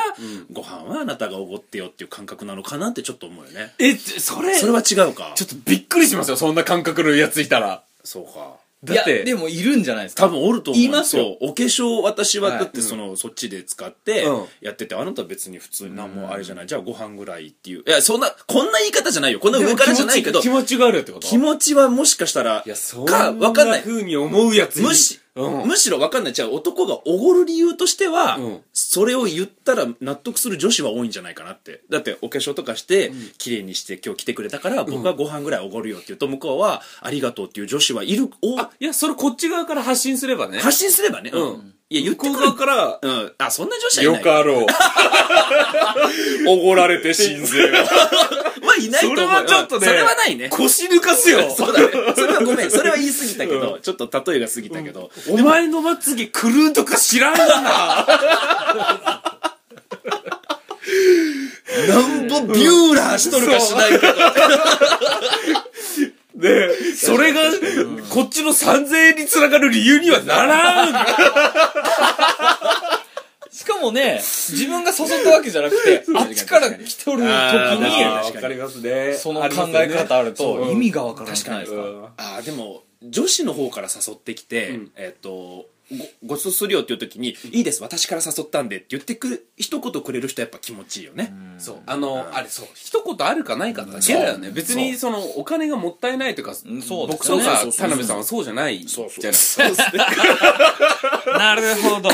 Speaker 2: ご飯はあなたがおごってよっていう感覚なのかなってちょっと思うよね
Speaker 1: えそれ
Speaker 2: それは違うか
Speaker 1: ちょっとびっくりしますよそんな感覚のやついたら
Speaker 2: そうか
Speaker 1: だっ
Speaker 3: いやで
Speaker 1: て
Speaker 3: もいるんじゃないですか
Speaker 2: 多分おると思う
Speaker 3: いますよ
Speaker 2: そうお化粧私は
Speaker 3: はい
Speaker 2: だってその、そっちで使って
Speaker 1: うん
Speaker 2: やってて、あなたは別に普通に何もあれじゃない、じゃあご飯ぐらいっていういやそんなこんな言い方じゃないよこんな上からじゃないけど
Speaker 1: 気持ちがあるってこと
Speaker 2: 気持ちはもしかしたら
Speaker 1: いやそん
Speaker 2: かわかんな
Speaker 1: ない風に思うやついる
Speaker 2: むし,、
Speaker 1: うん
Speaker 2: むしろわかんないじゃあ男がおごる理由としては、
Speaker 1: うん
Speaker 2: それを言ったら納得する女子は多いんじゃないかなってだってお化粧とかして、綺麗にして今日来てくれたから僕はご飯ぐらいおごるよって言うと向こうはありがとうっていう女子はいるお
Speaker 1: あいやそれこっち側から発信すればね
Speaker 2: 発信すればね、
Speaker 1: うん
Speaker 2: いや言って
Speaker 1: 向こ
Speaker 2: く
Speaker 1: う
Speaker 2: る
Speaker 1: 側から
Speaker 2: うん、あそんな女子はい
Speaker 1: よ
Speaker 2: ない
Speaker 1: かろうおごられて神髄を
Speaker 2: まあいないと思
Speaker 1: そ
Speaker 2: う
Speaker 1: れはちょっとね
Speaker 2: うんそれはないね
Speaker 1: 腰抜かすよ
Speaker 2: そうだねそれはごめんそれは言い過ぎたけど、ちょっと例えが過ぎたけど、
Speaker 1: お前のまつげ狂うとか知らんがな
Speaker 2: なんぼビューラーしとるかしな いか
Speaker 1: で、それが、こっちの3000円につながる理由にはならん
Speaker 3: しかもね自分が誘ったわけじゃな くてあっちから来てる時
Speaker 2: あー
Speaker 3: に
Speaker 2: 確かに
Speaker 1: ますね
Speaker 3: その考え方あると意味
Speaker 1: が
Speaker 3: がわからないじゃないですか
Speaker 2: あーでも女子の方から誘ってきて、えっ、とごごちそうするよっていう時に「いいです私から誘ったんで」って言ってくる一言くれる人はやっぱ気持ちいいよね、
Speaker 1: そうあのあれそう一言あるかないかだけだよね別にそのお金がもったいないとか
Speaker 3: んそうで
Speaker 1: 僕
Speaker 3: すよ
Speaker 1: と
Speaker 3: ね
Speaker 1: か
Speaker 2: そうそうそう
Speaker 1: 田辺さんはそうじゃないじゃないですか
Speaker 2: そうですね
Speaker 3: なるほど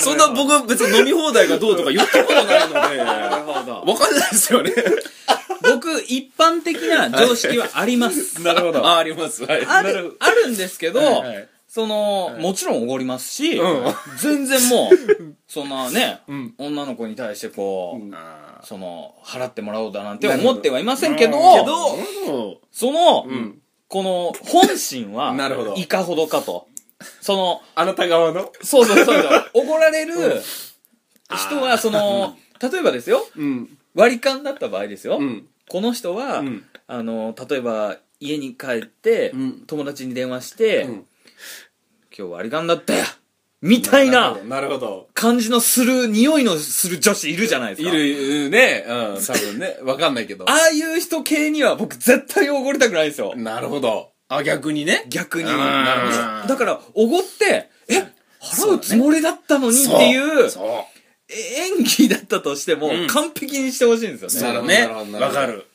Speaker 2: そんな僕別に飲み放題がどうとか言ったこと ないので
Speaker 3: なるほど
Speaker 2: 分かんないです よね
Speaker 3: 僕一般的な常識はあり ます
Speaker 1: なるほ
Speaker 2: あーありますはい
Speaker 3: あるあるんですけど、
Speaker 2: はいはい
Speaker 3: その、もちろんおごりますし、
Speaker 1: うん
Speaker 3: 全然も う、そんなね、
Speaker 1: ん
Speaker 3: 女の子に対してこう、
Speaker 2: あ
Speaker 3: その、払ってもらおうだなんて思ってはいませんけど、
Speaker 2: ど
Speaker 3: その、
Speaker 1: ん
Speaker 3: この、本心 は、
Speaker 1: なるほど
Speaker 3: いかほどかと。その、
Speaker 1: あなた側の
Speaker 3: そうそうそう そう、おごられる人は、その、例えばですよ、
Speaker 1: うん
Speaker 3: 割り勘だった場合ですよ、
Speaker 1: うん
Speaker 3: この人は、
Speaker 1: うん
Speaker 3: あの例えば家に帰って、
Speaker 1: うん
Speaker 3: 友達に電話して、
Speaker 1: うん
Speaker 3: 今日割り勘だったよみたいな
Speaker 1: なるほど
Speaker 3: 感じのする匂いのする女子いるじゃないです
Speaker 1: い
Speaker 3: か
Speaker 1: るいるねうん多分ねわかんないけど
Speaker 3: ああいう人系には僕絶対おごりたくないんですよ
Speaker 1: なるほど
Speaker 2: あ逆にね
Speaker 3: 逆に
Speaker 2: うん
Speaker 3: だからおごってえ払うつもりだったのにって
Speaker 2: そう
Speaker 3: いう
Speaker 2: そう
Speaker 3: 演技だったとしても
Speaker 2: うん
Speaker 3: 完璧にしてほしいんです
Speaker 2: そ
Speaker 3: よ
Speaker 1: な
Speaker 2: う
Speaker 1: る
Speaker 3: ね
Speaker 1: ほど
Speaker 2: ね
Speaker 1: なるほどなる
Speaker 2: わ
Speaker 1: ほど
Speaker 2: かる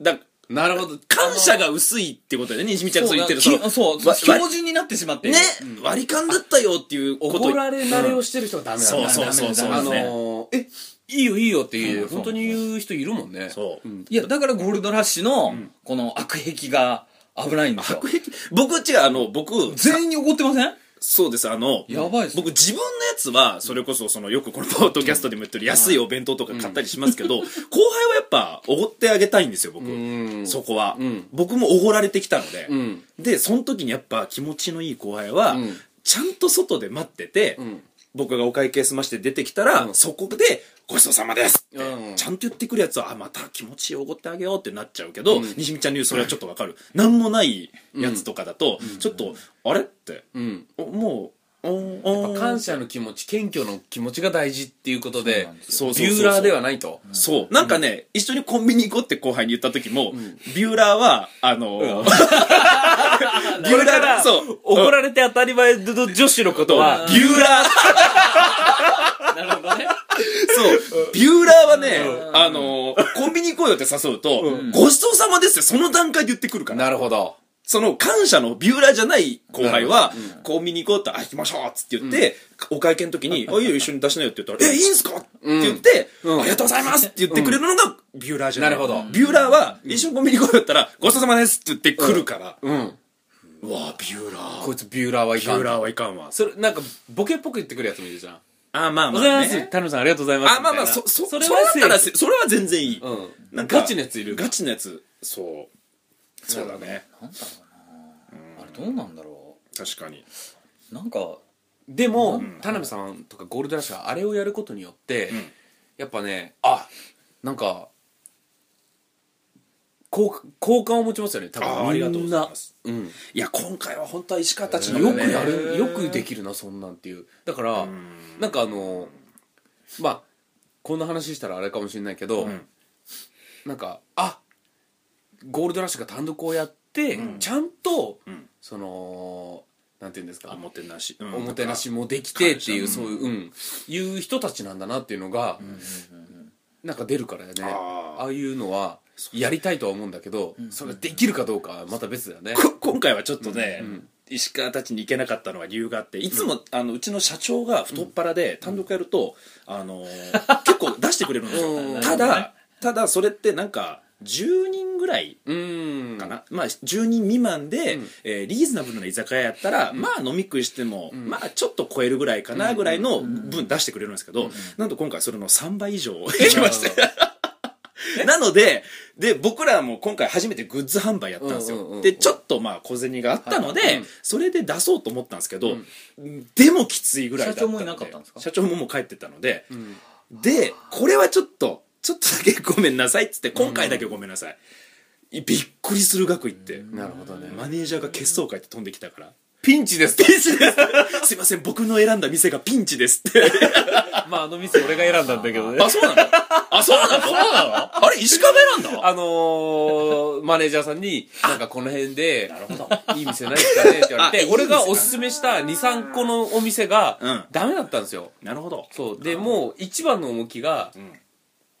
Speaker 2: だ
Speaker 1: なるほど
Speaker 2: 感謝が薄いってことだよね西見ちゃんがそう言ってる
Speaker 3: そう
Speaker 2: の
Speaker 3: そう
Speaker 2: わ
Speaker 3: 気持ちになってしまっている
Speaker 2: ね、割り勘だったよっていうこと
Speaker 1: 怒られ慣れをしてる人はダメなんだ、
Speaker 2: そうそうそうそう
Speaker 1: あの
Speaker 2: そうです
Speaker 1: ーえいいよいいよっていう、
Speaker 2: うん
Speaker 1: 本当に言う人いるもんね
Speaker 2: そう、
Speaker 3: いや、だからゴールドラッシュの、この悪癖が危ないんですよ。
Speaker 2: 僕違うあの僕
Speaker 3: 全員に怒ってません
Speaker 2: そうですあの
Speaker 3: やばいっすね
Speaker 2: 僕自分のやつはそれこそそのよくこのポッドキャストでも言ってる安いお弁当とか買ったりしますけど、後輩はやっぱおごってあげたいんですよ僕、
Speaker 1: ん
Speaker 2: そこは、
Speaker 1: うん
Speaker 2: 僕もおごられてきたので、
Speaker 1: ん
Speaker 2: でその時にやっぱ気持ちのいい後輩は、
Speaker 1: うん
Speaker 2: ちゃんと外で待ってて、
Speaker 1: ん
Speaker 2: 僕がお会計済まして出てきたら、
Speaker 1: うん
Speaker 2: そこで「ごちそうさまです」って、
Speaker 1: うん
Speaker 2: ちゃんと言ってくるやつはあまた気持ちよおごってあげようってなっちゃうけど、西見ちゃんの言うそれはちょっとわかる、なんもないやつとかだと、ちょっと「あれ?」って
Speaker 1: うん
Speaker 2: おもう
Speaker 1: やっ
Speaker 2: お
Speaker 1: ぱ
Speaker 2: 感
Speaker 1: 感
Speaker 2: 謝
Speaker 1: 謝の気持ち謙虚の気持ちが大事っていうことで
Speaker 2: そうなんです
Speaker 1: ビ
Speaker 2: よ
Speaker 1: ューラーではないと
Speaker 2: そうなんかね、一緒にコンビニ行こうって後輩に言った時も、ビューラーはあのー ビュー ラーだそう
Speaker 1: 怒られて当たり前の女子のことは
Speaker 2: ビューラー
Speaker 3: なるほどね。
Speaker 2: そう、ビューラーはね、あのー、コンビニ行こうよって誘うと、ごちそうさまですってその段階で言ってくるから。
Speaker 1: なるほど
Speaker 2: その感謝のビューラーじゃない後輩は、こう見に行こうって、あ、行きましょうっつって言って、お会計の時に、あ、いいよ、一緒に出しなよって言ったら、え、いいんすかって言って、
Speaker 1: ん
Speaker 2: ありがとうございますって言ってくれるのが、ビューラーじゃない。
Speaker 4: なるほど
Speaker 2: ビューラーは、一緒にコンビニ行こうだったら、ごちそうさまですって言って来るから、
Speaker 1: うん
Speaker 2: うわ、ビューラー。
Speaker 1: こいつビューラーはい
Speaker 2: ビ
Speaker 1: か
Speaker 2: ューラー
Speaker 1: ん
Speaker 2: はいかんわ。
Speaker 1: それなんかボケっぽく言ってくるやつもいるじゃん
Speaker 2: あ、まあ
Speaker 1: おは
Speaker 2: ま
Speaker 1: よう
Speaker 2: あ、
Speaker 1: ございま
Speaker 2: ね
Speaker 1: す。田辺さんありがとうございます
Speaker 2: あ、まあまあ、
Speaker 1: みたいな
Speaker 2: そ、そ、そ
Speaker 1: そ
Speaker 2: れ
Speaker 1: れ
Speaker 2: だ
Speaker 1: は
Speaker 2: ったら、
Speaker 1: セー
Speaker 2: それは全然いい。
Speaker 1: フう
Speaker 2: なん
Speaker 1: ん
Speaker 2: か
Speaker 1: ガチのやついる
Speaker 2: ガチのやつ。そう。そうだね。
Speaker 4: なんだろうなあれどうなんだろ
Speaker 2: 確かに。
Speaker 4: うなんか
Speaker 1: でも、田辺さんとかゴールドラッシュはあれをやることによって、
Speaker 2: ん
Speaker 1: やっぱねあなんか好好感を持ちますよね多
Speaker 2: あ
Speaker 1: 分
Speaker 2: ーありがとう
Speaker 1: み
Speaker 2: ご
Speaker 1: ん
Speaker 2: ざい
Speaker 1: な
Speaker 2: ます。
Speaker 1: うん、
Speaker 2: いや、今回は本当は石川たちの
Speaker 1: よ
Speaker 2: が
Speaker 1: く
Speaker 2: ね
Speaker 1: やるよくできるなそんなんっていうだから、なんかあのまあこんな話したらあれかもしれないけど、
Speaker 2: うん
Speaker 1: なんかあゴールドラッシュが単独をやって、ちゃんと、
Speaker 2: ん
Speaker 1: そのなんていうんですか
Speaker 2: おもてなし。うん
Speaker 1: おもてなしもできてっていう
Speaker 2: 感謝
Speaker 1: そういううんいう人たちなんだなっていうのがなんか出るからね
Speaker 2: あー
Speaker 1: ああいうのはやりたいとは思うんだけどそれできるかどうかはまた別だよね
Speaker 2: こ今回はちょっとね、石川たちに行けなかったのは理由があっていつも、うあのうちの社長が太っ腹で単独やると、あの ー結構出してくれるんです
Speaker 1: う
Speaker 2: よ
Speaker 1: ん
Speaker 2: ただただそれってなんか10人ぐらいう
Speaker 1: ーん
Speaker 2: かな、まあ、10人未満で、
Speaker 1: うん
Speaker 2: えーリーズナブルな居酒屋やったら、まあ飲み食いしても、まあちょっと超えるぐらいかなぐらいの分出してくれるんですけど、なんと今回それの3倍以 上いきまして なのでで僕らも今回初めてグッズ販売やったんですよ、
Speaker 1: うんうんうんうん
Speaker 2: でちょっとまあ小銭があったので、
Speaker 1: はいうん
Speaker 2: それで出そうと思ったんですけど、でもきついぐらいだった
Speaker 4: 社長
Speaker 2: の
Speaker 4: もいなかったんですか
Speaker 2: 社長ももう帰ってったので、
Speaker 1: うん
Speaker 2: でこれはちょっとちょっとだけごめんなさいっつって今回だけごめんなさい、びっくりする額いって
Speaker 1: なるほどね
Speaker 2: マネージャーが決総会って飛んできたから
Speaker 1: ピンチです
Speaker 2: ピンチですすいません僕の選んだ店がピンチですって
Speaker 1: まああの店俺が選んだんだけどね
Speaker 2: あそうなのあそうなのそうなのあれ石川が選んだ
Speaker 1: あのーマネージャーさんになんかこの辺で
Speaker 2: なるほど
Speaker 1: いい店ないですかねって言われ
Speaker 2: あい
Speaker 1: て
Speaker 2: い店
Speaker 1: 俺がおすすめした23個のお店
Speaker 2: うん
Speaker 1: がダメだったんですよ
Speaker 2: なるほど
Speaker 1: そうでもう一番の重きが
Speaker 2: ん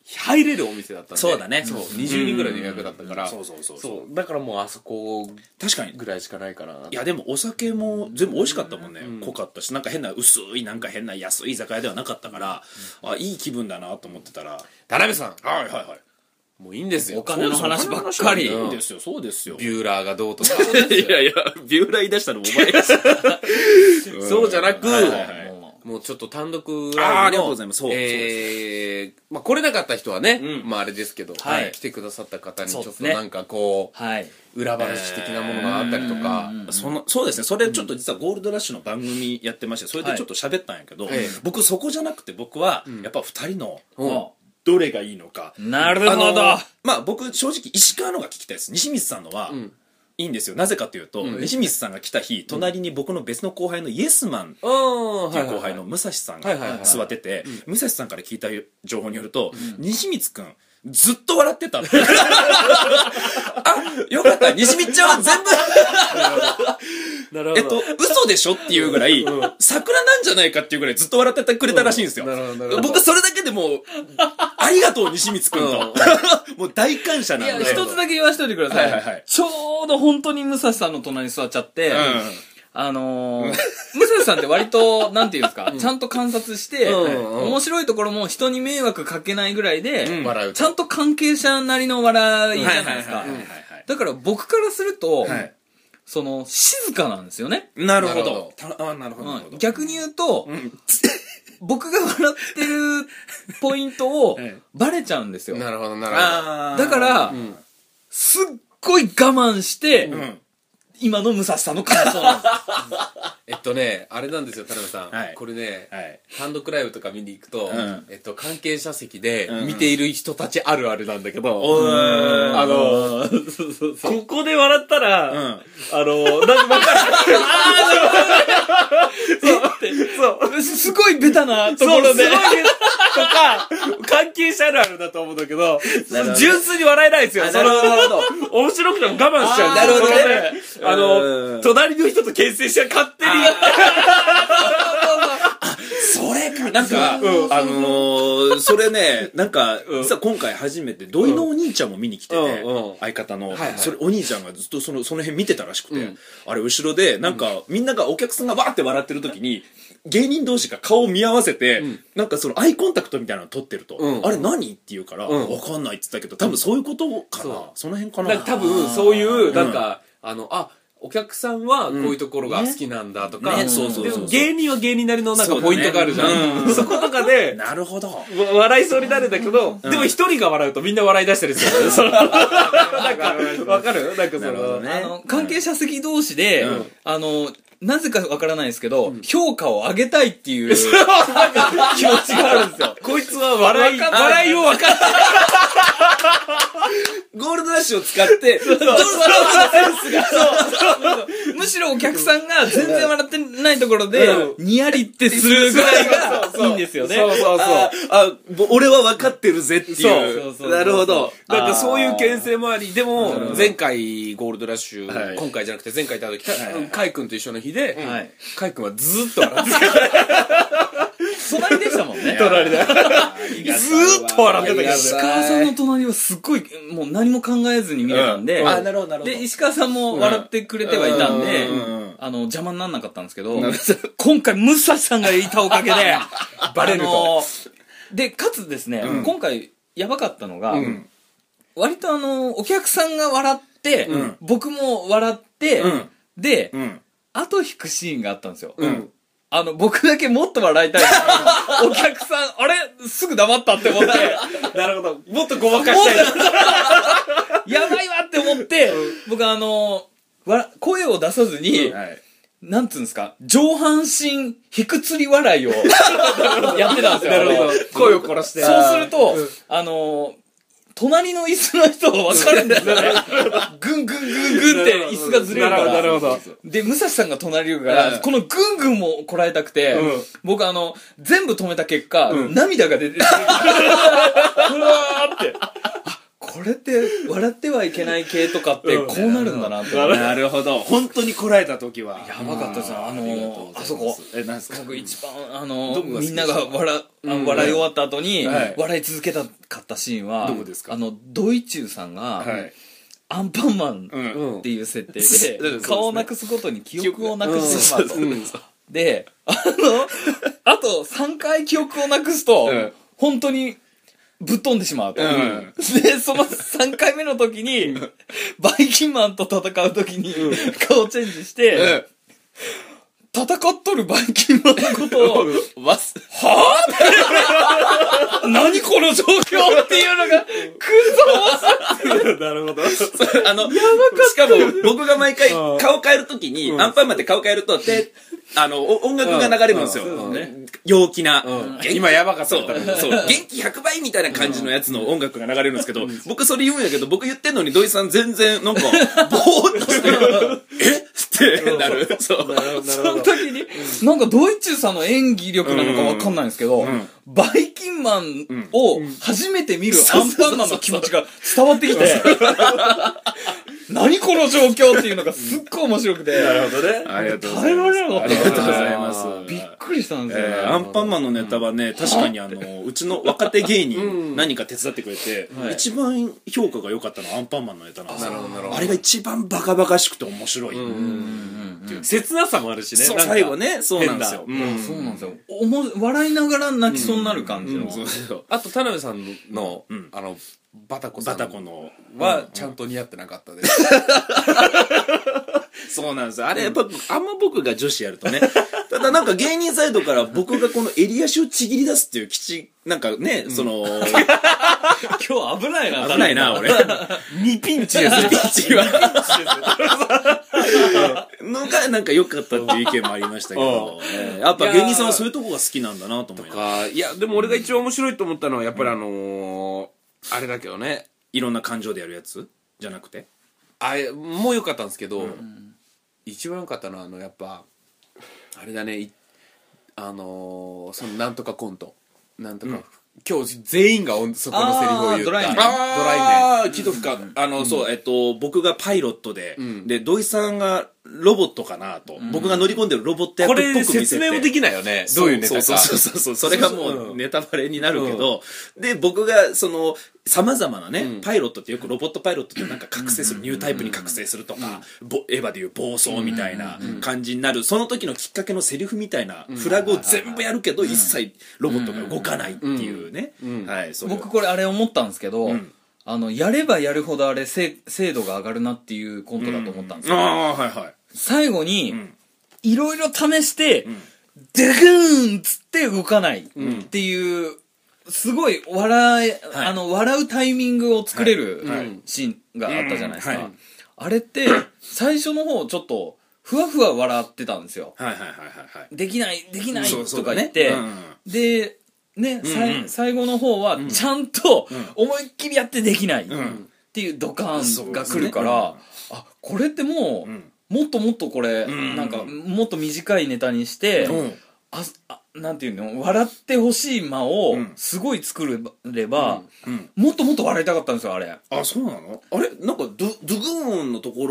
Speaker 1: 入れるお店だったんで
Speaker 2: そうだね
Speaker 1: そう
Speaker 2: うん
Speaker 1: 20人ぐらいの予約だったから
Speaker 2: そうそうそうそう
Speaker 1: そうだからもうあそこ
Speaker 2: 確かに
Speaker 1: ぐらいしかないかない
Speaker 2: やでもお酒も全部美味しかったもんね、
Speaker 1: ん
Speaker 2: 濃かったしなんか変な薄いなんか変な安い居酒屋ではなかったから、あいい気分だなと思ってたらはい
Speaker 1: 田辺さん
Speaker 2: はいはい
Speaker 1: もういいんですよ
Speaker 4: お金の話ばっ
Speaker 1: そう
Speaker 4: か
Speaker 1: です
Speaker 4: り
Speaker 1: よ
Speaker 2: いい
Speaker 1: うん
Speaker 2: ですよそうですよ
Speaker 1: ビューラーがど うとか
Speaker 2: いやいやビューラー言い出したのお前です
Speaker 1: そうじゃなく
Speaker 2: はいはいはい
Speaker 4: も
Speaker 1: もうちょっと単独ライブの
Speaker 2: あーありがとうございますそう
Speaker 1: えーまあ、来れなかった人はね、
Speaker 2: うん
Speaker 1: まああれですけど、
Speaker 4: はい
Speaker 1: 来てくださった方にちょ
Speaker 4: そうで
Speaker 1: っ
Speaker 4: す
Speaker 1: と
Speaker 4: ね
Speaker 1: なんかこ
Speaker 4: うはいう
Speaker 1: 裏話的なものがあったりとか、
Speaker 2: そのそうですねそれちょっと実はゴールドラッシュの番組やってましてそれでちょっと喋ったんやけど、
Speaker 1: いええ
Speaker 2: 僕そこじゃなくて僕はやっぱ2人の
Speaker 1: うん
Speaker 2: どれがいいのか、
Speaker 4: なるほど
Speaker 2: あのまあ僕正直石川のが聞きたいです西光さんのは、
Speaker 1: ん
Speaker 2: いいんですよなぜかというと、
Speaker 1: ん
Speaker 2: 西光さんが来た日隣に僕の別の後輩のイエスマン
Speaker 1: うん
Speaker 2: っていう後
Speaker 1: はい
Speaker 2: 輩の武蔵さん
Speaker 1: はいはいは
Speaker 2: が
Speaker 1: い
Speaker 2: 座ってて武蔵さんから聞いた情報によると西光くんずっと笑ってたって あよかった西光ちゃんは全部
Speaker 1: なる
Speaker 2: えっと、嘘でしょっていうぐらい、桜なんじゃないかっていうぐらいずっと笑ってたくれたらしいんですよ
Speaker 1: うんなるほどなるほ。ど
Speaker 2: 僕それだけでもう、ありがとう西光くんと。 もう大感謝
Speaker 3: い
Speaker 2: なん
Speaker 3: や、
Speaker 2: で。
Speaker 3: 一つだけ言わしといてくださ
Speaker 2: はいはいはい
Speaker 3: い。ちょうど本当に武蔵さんの隣に座っちゃって、
Speaker 2: う
Speaker 3: あのー、武蔵さんって割と、なんていうんですか、ちゃんと観察して、
Speaker 1: うん
Speaker 3: はい
Speaker 1: うん
Speaker 3: 面白いところも人に迷惑かけないぐらいで、
Speaker 1: ん笑う
Speaker 3: ちゃんと関係者なりの笑い
Speaker 2: ん。
Speaker 3: じ
Speaker 2: は
Speaker 3: ゃ
Speaker 2: い
Speaker 3: な
Speaker 2: は
Speaker 3: で
Speaker 2: いいはい
Speaker 3: すか
Speaker 2: は。
Speaker 3: だから僕からすると
Speaker 2: い。、はい。
Speaker 3: その、静かなんですよね。
Speaker 2: なるほ
Speaker 1: なる
Speaker 2: ど。たあなるほどなるほど。
Speaker 3: 逆に言うと、
Speaker 2: ん
Speaker 3: 僕が笑ってるポイント を
Speaker 2: ええ
Speaker 3: バレちゃうんですよ。
Speaker 1: なるほどなるほど
Speaker 2: あー
Speaker 3: だか、ら、
Speaker 1: ん
Speaker 3: すっごい我慢して、
Speaker 2: うん。
Speaker 3: 今の武蔵さんの感想なんですよ
Speaker 1: えっとねあれなんですよ田辺さん、
Speaker 2: はい
Speaker 1: これね、
Speaker 2: はい。
Speaker 1: 単独ライブとか見に行くと、
Speaker 2: ん
Speaker 1: えっと、関係者席で
Speaker 2: ん
Speaker 1: 見ている人たちあるあるなんだけど、
Speaker 2: うん
Speaker 1: あの、ここで笑ったら、
Speaker 2: う
Speaker 1: あ
Speaker 2: ん。
Speaker 1: の、なんかわかる、
Speaker 3: すごいベタなとこ
Speaker 1: そう
Speaker 3: ろ
Speaker 1: すご
Speaker 3: で
Speaker 1: い。とか、関係者あるあるだと思うんだけど、純粋に笑えないんですよ。
Speaker 2: あ
Speaker 1: そ
Speaker 2: なる
Speaker 1: の、
Speaker 2: ほど。
Speaker 1: 面白くても我慢しちゃうん
Speaker 2: あー
Speaker 1: ですよ
Speaker 2: なる
Speaker 1: そこであ
Speaker 2: うん
Speaker 1: の、隣の人と牽制して勝手に、それかなんか、
Speaker 2: あのーそ れね、なんか、実は今回初めて、土井のお兄ちゃんも見に来てて
Speaker 1: うんうん、
Speaker 2: 相方の
Speaker 1: はいは、い
Speaker 2: それお兄ちゃんがずっとその、その辺見てたらしく
Speaker 1: う
Speaker 2: て
Speaker 1: ん、
Speaker 2: あれ後ろで、なんか、みんながお客さんがわーって笑ってる時に、芸人同士が顔を見合わせて
Speaker 1: ん、
Speaker 2: なんかそのアイコンタクトみたいなの取ってると
Speaker 1: う、ん
Speaker 2: あれ何って言うから、
Speaker 1: うん
Speaker 2: わかんないって言ったけど、多分そういうことかな
Speaker 1: そう。
Speaker 2: その辺か
Speaker 1: な
Speaker 2: な。
Speaker 1: んか多分そういうなんか、あのあお客さんはこういうところが好きなんだとか、
Speaker 2: ねねそうそうそうそう
Speaker 1: でも芸人は芸人なりのなんかポイントがあるじゃん
Speaker 2: そうだ
Speaker 1: そ,、ことかで
Speaker 2: なるほど。
Speaker 1: わ笑いそうになるんだけど、でも一人が笑うとみんな笑い出したりするよねそのなんかわかるなんかそ
Speaker 2: なるほど
Speaker 1: の、
Speaker 2: ね
Speaker 3: あの関係者席同士で、
Speaker 2: うん
Speaker 3: あのなぜかわからないですけど、評価を上げたいって いう気持ちがあるんですよ
Speaker 1: こいつは笑い
Speaker 3: わかんない
Speaker 1: 笑いを分かっ
Speaker 2: ゴールドラッシュを 使って、
Speaker 3: むしろお客さんが全然笑ってないところで、ニヤリってするぐらいがいいんですよね
Speaker 1: そうそうそう
Speaker 2: ああ、ぼ俺は分かってるぜって
Speaker 3: そ
Speaker 2: い
Speaker 3: そ
Speaker 2: う
Speaker 3: うそうそう
Speaker 2: う。なるほど。
Speaker 1: なんかそういう牽制もありでも前回ゴールドラッシュ、
Speaker 2: はい
Speaker 1: 今回じゃなくて前回行った時たカイ君と一緒の日で、
Speaker 3: はい
Speaker 1: カイ君はずーっと笑ってた
Speaker 3: 隣でしたもんね
Speaker 1: 隣でずーっと笑ってたけどね
Speaker 3: 石川さんの隣はすっごいもう何も考えずに見れたんで、
Speaker 2: うんあなるほどなるほど
Speaker 3: で石川さんも笑ってくれてはいたんで、
Speaker 2: うんうんうん
Speaker 3: あの邪魔にならなかったんですけど今回ムサさんがいたおかげで バレると、でかつですね、今回やばかったのが、
Speaker 2: ん
Speaker 3: 割とあのお客さんが笑って、
Speaker 2: ん
Speaker 3: 僕も笑って、
Speaker 2: うん
Speaker 3: で、
Speaker 2: うん。
Speaker 3: 後引くシーンがあったんですよ、
Speaker 2: ん
Speaker 3: あの僕だけもっと笑いたい お客さんあれすぐ黙ったって思って
Speaker 1: なるほど。もっとごまかしたい。
Speaker 3: やばいわって思って、僕あのわ声を出さずに、
Speaker 2: はい。
Speaker 3: なんつうんですか、上半身、ひくつり笑いをやってたんですよ。あの
Speaker 1: 声を殺して。
Speaker 3: そうすると、あの隣の椅子の人が分かるんですよね。ぐんぐんぐんぐんって椅子がずれるから。
Speaker 1: なるほどなるほ
Speaker 3: で、武蔵さんが隣にいるから、このぐんぐんもこらえたくて、僕あの、全部止めた結果、涙が出て、うわーって。あこれって、笑ってはいけない系とかって、こうなるんだなって思って。
Speaker 2: なるほど。本当にこらえた時は。
Speaker 3: やばかったですよ、あの
Speaker 2: りがとうございます
Speaker 3: あそこ。。
Speaker 2: え、なんですか
Speaker 3: 僕一番あの
Speaker 2: どこが好
Speaker 3: み
Speaker 2: きで
Speaker 3: ん
Speaker 2: す
Speaker 3: な
Speaker 2: か
Speaker 3: が笑あの笑い終わった後に、
Speaker 2: はい
Speaker 3: 笑い続けたかったシーンは
Speaker 2: どこですか
Speaker 3: あのドイチューさんが、
Speaker 2: はい。
Speaker 3: アンパンマン
Speaker 2: うん。
Speaker 1: うん
Speaker 3: っていう設定
Speaker 2: そう
Speaker 3: で、
Speaker 2: ですね
Speaker 3: 顔をなくすごとに記憶をなくしてしまうと、
Speaker 1: うん
Speaker 3: であのあと3回記憶をなくすと、
Speaker 2: うん
Speaker 3: 本当にぶっ飛んでしまうと、
Speaker 2: ん
Speaker 3: でその3回目の時にバイキンマンと戦う時に顔チェンジして、
Speaker 2: うん
Speaker 3: 戦っとるバイキンマンのことを
Speaker 2: わす。
Speaker 3: はぁ 何この状況っていうのが、くそ
Speaker 2: あの、しかも、僕が毎回顔変えるときに、アンパンマンって顔変えると、で、あの、お音楽が流れるんですよ
Speaker 1: うんうんそう。
Speaker 2: 陽気な。元気
Speaker 1: 今やばかった
Speaker 2: そ
Speaker 1: よ
Speaker 2: う
Speaker 1: 多分。
Speaker 2: そう元気100倍みたいな感じのやつの音楽が流れるんですけど、僕それ言うんやけど、僕言ってんのに土井さん全 然、なんか、ぼーっとして、えってなる。そう。
Speaker 3: の時に、なんかドイチューさんの演技力なのかわかんないんですけど、バイキンマンを初めて見るアンパンマンの気持ちが伝わってき て、何この状況っていうのがすっごい面白くて、
Speaker 1: ほどね。
Speaker 2: ありがとうござ
Speaker 3: 耐え
Speaker 2: い
Speaker 3: ら
Speaker 2: ます。
Speaker 3: れなか
Speaker 2: あ
Speaker 3: っ
Speaker 2: りがとうご
Speaker 3: た
Speaker 2: ざ
Speaker 3: ない
Speaker 2: ます。
Speaker 3: びっくりしたんですよね。
Speaker 2: えーアンパンマンのネタはね、確かにあ の、うちの若手芸人何人か手伝ってくれて、一番評価が良かったのはアンパンマンのネタなんですよ
Speaker 1: なるほどなるほ。ど
Speaker 2: あれが一番バカバカしくて面白い。
Speaker 1: 切なさもあるしね。
Speaker 2: そう
Speaker 1: なんか
Speaker 2: 最後。ね、そうなんですよ。
Speaker 1: 変な
Speaker 2: うん
Speaker 3: そうなんですよ。おも笑いながら泣きそうになる感じの。
Speaker 2: そうそう
Speaker 1: あと、田辺さんの
Speaker 2: ん、
Speaker 1: あの、バタコさ
Speaker 2: バ
Speaker 1: ん。
Speaker 2: タコの。
Speaker 1: は、ちゃんと似合ってなかったです。
Speaker 2: そうなんですよ。あれ、やっぱ、あんま僕が女子やるとね。 ただなんか芸人サイドから僕がこの襟足をちぎり出すっていう基地、なんかね、その、
Speaker 3: 今日危ないな、
Speaker 2: 危ないな、 俺。
Speaker 1: 二ピンチです。
Speaker 2: ピッチは。のが、なんか良かったっていう意見もありましたけど、えーやっぱ芸人さんはそういうとこが好きなんだなと思いながら
Speaker 1: かいや、でも俺が一番面白いと思ったのは、やっぱりあのー、あれだけどね。
Speaker 2: いろんな感情でやるやつじゃなくて。
Speaker 1: あれもう良かったんですけど、一番良かったのはあのやっぱあれだねいあのーそのなんとかコントなんとか、今日全員がおんそこのセリフを言
Speaker 3: あー
Speaker 1: った
Speaker 3: ドライメン
Speaker 1: ドライメン
Speaker 2: あー、聞いとくか。あの、そう、えっと、僕がパイロットで、で、土井さんがロボットかなと、僕が乗り込んでるロボット
Speaker 1: こ
Speaker 2: 役っぽく
Speaker 1: れ
Speaker 2: 見せて
Speaker 1: 説明もできないよねど
Speaker 2: そう
Speaker 1: いうネタか
Speaker 2: そうそうそうそうそれがも
Speaker 1: う
Speaker 2: うんネタバレになるけど、で僕がそのさまざまなね、
Speaker 1: うん
Speaker 2: パイロットってよくロボットパイロットってなんか覚醒する、ニュータイプに覚醒するとか、ぼエヴァでいう暴走みたいな感じになる、その時のきっかけのセリフみたいなフラグを全部やるけど、一切ロボットが動かないっていうね、
Speaker 1: うん
Speaker 2: はいそれ
Speaker 3: 僕これあれ思ったんですけど、
Speaker 2: うん
Speaker 3: あのやればやるほどあれ精精度が上がるなっていうコントだと思ったんです
Speaker 2: あ
Speaker 3: よ、
Speaker 2: あはいはい
Speaker 3: 最後に、
Speaker 2: ん
Speaker 3: いろいろ試して、
Speaker 2: ん
Speaker 3: デグーンっつって動かないっていう、すごい笑い、
Speaker 2: はい
Speaker 3: あの笑うタイミングを作れる、
Speaker 1: はいはい
Speaker 3: シーンがあったじゃないですか、
Speaker 2: うんはい
Speaker 3: あれって最初の方ちょっとふわふわ笑ってたんですよ
Speaker 2: はいはいはいはいはい
Speaker 3: できないできない
Speaker 2: そうそう
Speaker 3: と
Speaker 2: だ
Speaker 3: か
Speaker 2: ね
Speaker 3: 言って、
Speaker 2: うん
Speaker 3: で、ね、さい
Speaker 2: うんうん
Speaker 3: 最後の方は、ちゃんと思いっきりやってできないっ
Speaker 2: ん
Speaker 3: ていうドカーンが
Speaker 2: そう
Speaker 3: 来
Speaker 2: ですね
Speaker 3: るから、あ、これってもう、
Speaker 2: ん
Speaker 3: もっともっとこれ、
Speaker 2: ん
Speaker 3: なんか、もっと短いネタにして、
Speaker 2: うん
Speaker 3: ああなんていうの笑ってほしい間を
Speaker 2: ん
Speaker 3: すごい作れば,、れば
Speaker 2: うん
Speaker 3: もっともっと笑いたかったんですよあれ
Speaker 2: あそうなのあれなんかドドゥグーンのとこ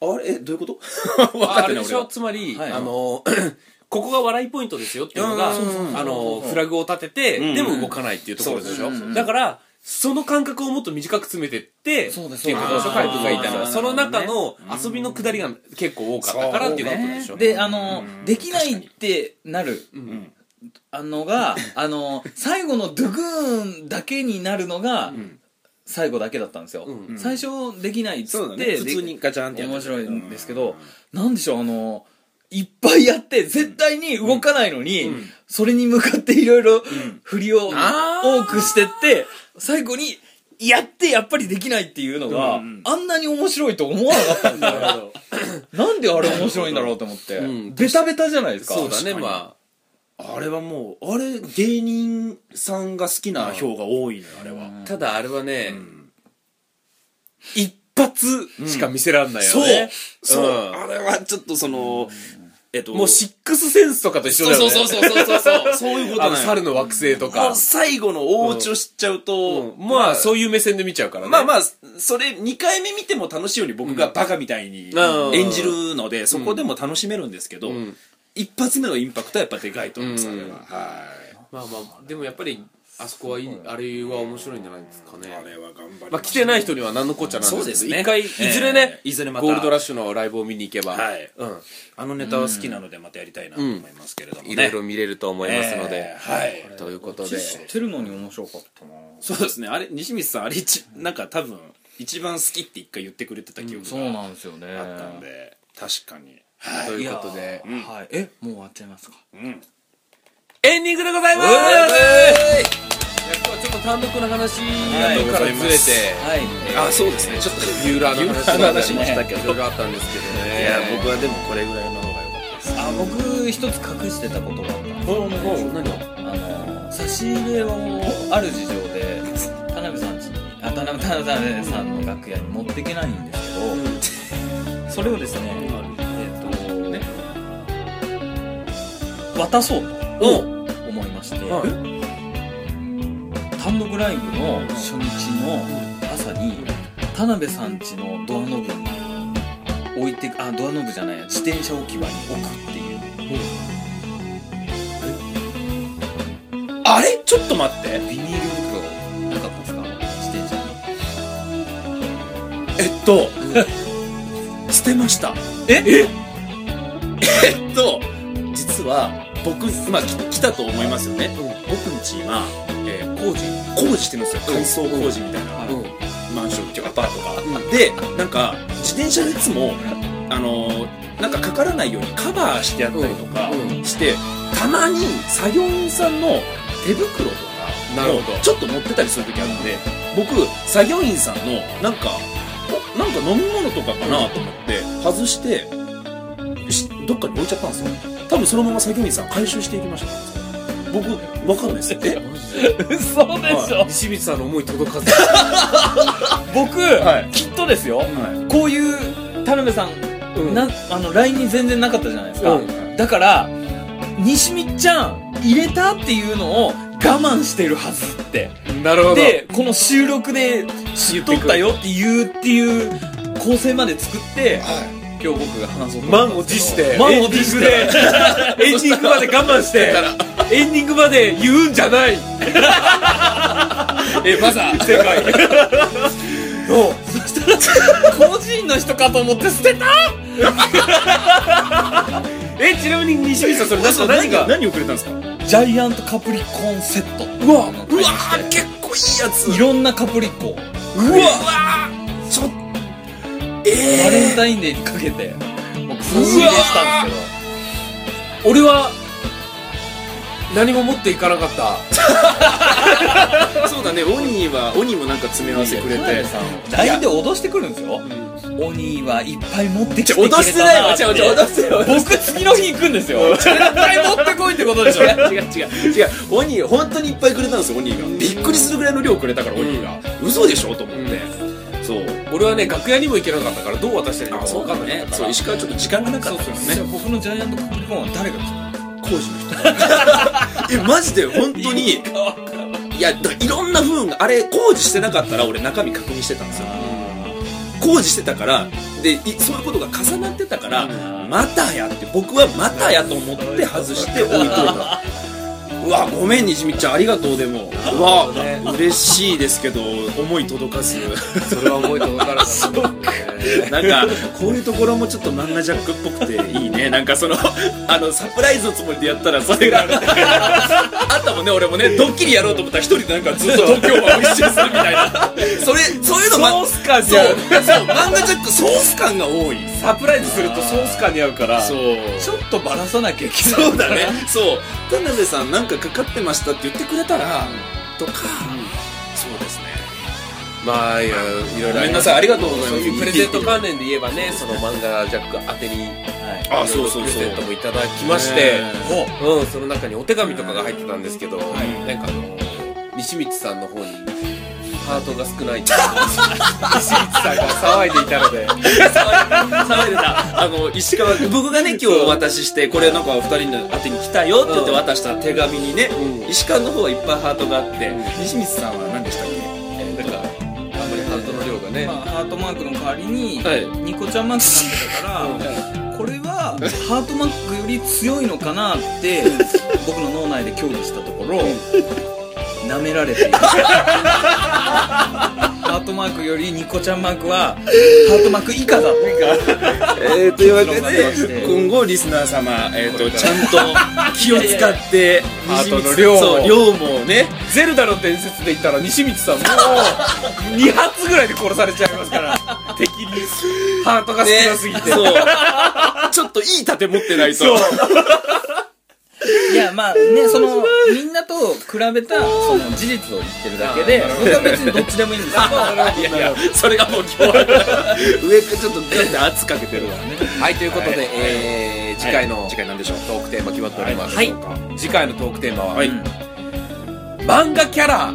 Speaker 2: ろあれえどういうこと 分か
Speaker 1: あ
Speaker 2: って
Speaker 1: れ
Speaker 2: な
Speaker 1: で
Speaker 2: い
Speaker 1: しょ
Speaker 2: 俺は
Speaker 1: つまり、
Speaker 3: はい
Speaker 1: あの ここが笑いポイントですよっていうのが
Speaker 2: うんそうそうそう
Speaker 1: あのフラグを立てて、
Speaker 2: うん
Speaker 1: でも動かないっていうところでしょ、
Speaker 3: そうそうそう
Speaker 1: だからその感覚をもっと短く詰めてって
Speaker 3: そうです
Speaker 1: っていうことでしょ
Speaker 3: そう
Speaker 1: カ
Speaker 3: で
Speaker 1: イ
Speaker 3: す
Speaker 1: プがいたの
Speaker 2: あ
Speaker 1: は
Speaker 2: ー
Speaker 1: その中の遊びのくだりが結構多かったからっていうことでしょ、
Speaker 3: であの、
Speaker 2: うん
Speaker 3: できないってなる
Speaker 2: うん
Speaker 3: あのがあの最後のドゥグーンだけになるのが、
Speaker 2: ん
Speaker 3: 最後だけだったんですよ、
Speaker 1: うん
Speaker 3: 最初できないっつ
Speaker 2: そう
Speaker 3: っ
Speaker 2: だ
Speaker 3: て
Speaker 2: ね、普通にガチャンって
Speaker 3: で
Speaker 2: やって
Speaker 3: 面白いんですけ
Speaker 2: う
Speaker 3: ど、なんでしょうあのいっぱいやって絶対に動かないのに、
Speaker 2: うん
Speaker 3: それに向かっていろいろ振りを
Speaker 2: あー
Speaker 3: 多くしてって最後にやってやっぱりできないっていうのが、
Speaker 2: うん
Speaker 3: あんなに面白いと思わなかったんだよ なんであれ面白いんだろうと思って、
Speaker 1: うん
Speaker 3: ベタベタじゃないですか
Speaker 1: そうだね
Speaker 2: 確かに
Speaker 1: ま
Speaker 2: あれはもうあれ芸人さんが好きな票が多いのよあれは、
Speaker 1: あただあれはね、
Speaker 2: ん
Speaker 1: 一発しか見せらんないよ
Speaker 2: そう、
Speaker 1: ね、
Speaker 2: そう、
Speaker 1: うん
Speaker 2: あれはちょっとその、えっと
Speaker 1: もうシックスセンスとかと一緒
Speaker 2: そ
Speaker 1: だよね
Speaker 2: うそうそうそうそうそう そういうこと
Speaker 1: あの
Speaker 2: なんよ
Speaker 1: 猿の惑星とか
Speaker 2: もう、最後の大オチを知っちゃうと、
Speaker 1: うんまあそういう目線で見ちゃうからね
Speaker 2: まあまあ、それ2回目見ても楽しいように僕がバカみたいに
Speaker 1: うん
Speaker 2: 演じるので、そこでも楽しめるんですけど、
Speaker 1: ん
Speaker 2: 一発目のインパクトはやっぱでかいと思います、
Speaker 1: うん
Speaker 2: あれは。はい。
Speaker 1: まあまあでもやっぱりあそこはいいあれは面白いんじゃないですかね
Speaker 2: あれは頑張りました
Speaker 1: まあ来てない人には何のこっちゃなん
Speaker 2: そう
Speaker 1: で
Speaker 2: ですす
Speaker 1: けど
Speaker 2: ね。
Speaker 1: 一回いずれね
Speaker 2: ええいずれまた。
Speaker 1: ゴールドラッシュのライブを見に行けば
Speaker 2: はい
Speaker 1: うん
Speaker 2: あのネタは好きなのでまたやりたいなと思いますけれどもね。
Speaker 1: いろいろ見れると思いますので
Speaker 2: ええはい。
Speaker 1: ということで
Speaker 3: 知ってるのに面白かったな
Speaker 2: そうですね。あれ、西光さん、あれ一、なんか多分、一番好きって一回言ってくれてた記憶
Speaker 3: そう
Speaker 2: が
Speaker 3: なんですよね
Speaker 2: あったんで、確かに。はい。
Speaker 1: ということで
Speaker 3: いやーはい、えもう終わっちゃいますか
Speaker 2: うん。
Speaker 1: エンディングでございます
Speaker 3: う
Speaker 1: い
Speaker 3: わ
Speaker 1: や
Speaker 3: ー
Speaker 1: 今日はちょっと単独の話が
Speaker 2: い
Speaker 1: どっからずれて
Speaker 3: はい
Speaker 2: あ、そうですね。ちょっと、
Speaker 1: ユーラーの話
Speaker 2: ユーラーの話もしたけど
Speaker 1: いろいろあったんですけどね
Speaker 2: いや、僕はでもこれぐらいの方が良かったです。
Speaker 3: あ僕一つ隠してたことがあったんです
Speaker 1: もうもう何を
Speaker 3: あの差し入れをある事情で田辺さんちにあ田辺田辺さんの楽屋に持っていけないんですけど、それをですねえっ、と渡そうと思いまして、
Speaker 1: はい
Speaker 3: 単独ライブの初日の朝に田辺さんちのドアノブに置いてあドアノブじゃない自転車置き場に置くっていう
Speaker 2: あれちょっと待って。
Speaker 3: ビニール袋なかったですか自転車に
Speaker 2: えっと、捨てました。
Speaker 3: え
Speaker 2: ええっと、実は、僕、今、き来たと思いますよね。僕んち今、えー工事、工事してるんですよ。乾燥工事みたいな、マンションっていうか、アパートが。で、なんか、自転車のやつも、あのーなんかかからないようにカバーしてやったりとか
Speaker 1: うん
Speaker 2: して、たまに作業員さんの手袋とか、
Speaker 1: なるほど
Speaker 2: ちょっと持ってたりする時あるんで、僕作業員さんのなんかおなんか飲み物とかかなと思って外してしどっかに置いちゃったんですよ多分そのまま作業員さん回収していきました僕わかんないですえ
Speaker 3: 嘘 でしょ、
Speaker 1: 西光さんの思い届かず
Speaker 3: 僕、
Speaker 2: はい
Speaker 3: きっとですよ
Speaker 2: は
Speaker 3: こういう田辺さん、
Speaker 1: うん
Speaker 3: なあの LINE に全然なかったじゃないですか、
Speaker 1: うん
Speaker 3: だから西見ちゃん入れたっていうのを我慢してるはずって
Speaker 1: なるほど
Speaker 3: でこの収録で知っとったよって言うっていう構成まで作って
Speaker 2: は
Speaker 4: 今日僕が話そうと思った
Speaker 2: 満
Speaker 4: んで
Speaker 2: を持
Speaker 4: す
Speaker 2: し
Speaker 4: けど
Speaker 2: て
Speaker 1: 満を持して
Speaker 2: エンディングまで我慢してエンディングまで言うんじゃ ない
Speaker 1: えバザー正解
Speaker 4: 個人の人かと思って捨てた
Speaker 1: えちなみに西口さんそれ出した何が
Speaker 2: 何遅れたんですか
Speaker 4: ジャイアントカプリコーンセット
Speaker 1: うわ
Speaker 4: うわ
Speaker 2: 結構いいやつ
Speaker 4: いろんなカプリコ
Speaker 2: うわちょっ
Speaker 4: バレン
Speaker 2: え
Speaker 4: タインデーにかけて僕差し入れしたんですけど
Speaker 1: 俺は何も持っていかなかった
Speaker 2: ー、 そうだねオニーはオニーもなんか詰め合わせくれて
Speaker 4: 田辺さんを LINE で脅してくるんですよ鬼はいっぱい持ってきて
Speaker 2: ちょ
Speaker 4: くれた
Speaker 2: 脅してないわちょ
Speaker 4: って
Speaker 2: 脅してないわ
Speaker 4: 僕次の日行くんですよ絶対持ってこいってことでしょ
Speaker 2: 違う違う違うオニー本当にいっぱいくれたんですよオニーがびっくりするぐらいの量くれたからオニーが、嘘でしょと思って、そう
Speaker 1: 俺はね楽屋にも行けなかったからどう渡したらいいのか分かんない
Speaker 2: そう石川ちょっと時間がなかったからね
Speaker 4: 僕のジャイアントカプリコーンは誰が来た
Speaker 2: 工事の人えマジで本当にいやだいろんな不運があれ工事してなかったら俺中身確認してたんですよ工事してたからでいそういうことが重なってたからまたやって僕はまたやと思って外して置いとい たうわごめんにじみちゃんありがとうでもうわ嬉しいですけど思い届かず
Speaker 1: それは思いと分からなかった
Speaker 2: なんかこういうところもちょっと漫画ジャックっぽくていいねなんかその あのサプライズのつもりでやったらそれがあったもんね俺もねドッキリやろうと思ったら一人でなんかずっと東京湾を一周するみたいなそれそういうのま
Speaker 1: ソース感
Speaker 2: そうそう漫画ジャックソース感が多い
Speaker 1: サプライズするとソース感に合うから
Speaker 2: そう
Speaker 4: ちょっとバラさなきゃいけない
Speaker 2: そうだねそう田辺さんなんかかかってましたって言ってくれたらとか、そうですね
Speaker 1: まあいやいろいろ
Speaker 2: ごめんなさいありがとうございます
Speaker 1: そういうプレゼント関連で言えばねその漫画ジャック宛てに
Speaker 4: はい
Speaker 2: あそうそうそう
Speaker 1: プレゼントもいただきまして
Speaker 2: ね
Speaker 1: うんその中にお手紙とかが入ってたんですけどなんかあの西光さんの方にハートが少ないっていう 西光さんが騒いでいたので
Speaker 2: 騒いでたあの石川君僕がね今日お渡ししてこれなんかお二人の宛てに来たよって言って渡した手紙にね、
Speaker 1: うん
Speaker 2: 石川の方はいっぱいハートがあって、西光さんは何でしたっけ
Speaker 1: なんかあんまりハートの量がね
Speaker 3: まあ、ハートマークの代わりに、
Speaker 1: はい
Speaker 3: ニコちゃんマークなんだから、これはハートマークより強いのかなって僕の脳内で協議したと ころ舐められているハートマークよりニコちゃんマークはハートマーク以下だ
Speaker 2: えー、というわ
Speaker 3: けで
Speaker 2: 今後リスナー様、えー、とちゃんと気を使って
Speaker 1: や
Speaker 2: 西光さん
Speaker 1: ハートの量を
Speaker 2: そう量もね
Speaker 1: ゼルダの伝説で言ったら西光さ んもう2発ぐらいで殺されちゃいますから敵にハートが少なすぎて、
Speaker 2: そうちょっといい盾持ってないと
Speaker 1: そう
Speaker 3: いやまあねそのみんなと比べたその事実を言ってるだけで
Speaker 1: あーなるほ
Speaker 3: 僕は別にどっちでもいいんですけ
Speaker 2: いやいやそれがもう基本上からちょっとガンって圧かけてる わね
Speaker 1: はいということで、
Speaker 2: はい
Speaker 1: えー、次回の、
Speaker 2: はい次回なんでしょう
Speaker 1: トークテーマ決まっております、
Speaker 2: はい
Speaker 1: 次回のトークテーマは、
Speaker 2: はい
Speaker 1: 漫画キャラ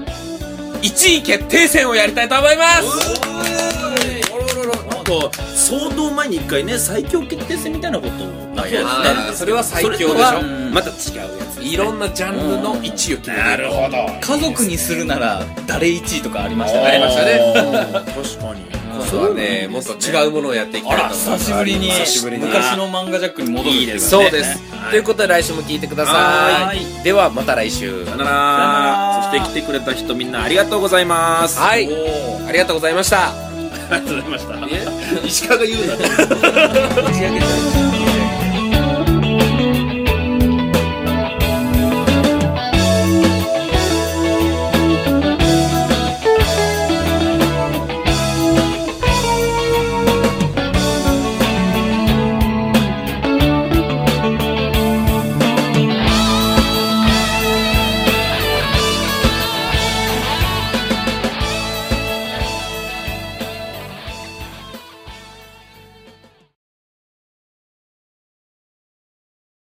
Speaker 1: 1位決定戦をやりたいと思います
Speaker 2: なんか相当前に一回ね最強決定戦みたいなことをあ
Speaker 1: そうですねそれは最強でしょ
Speaker 2: それとはまた違うやつ
Speaker 1: いろんなジャンルの1位を決めて
Speaker 2: なるほど
Speaker 3: ど家族にするなら誰1位とかありました
Speaker 1: あ
Speaker 3: ね
Speaker 1: りましたね
Speaker 2: 確かに
Speaker 1: 今度はねもっと違うものをやっていきたいと思います
Speaker 3: 久しぶりに
Speaker 1: 久しぶりに
Speaker 3: 昔の漫画ジャックに戻るっていうね
Speaker 1: そうです、ということで来週も聞いてくださ
Speaker 2: はい
Speaker 1: ではまた来週
Speaker 2: さよならそして来てくれた人みんなありがとうございますあ
Speaker 1: はいありがとうございました
Speaker 2: りがとうございました石川が言うな
Speaker 3: 打ち上げたい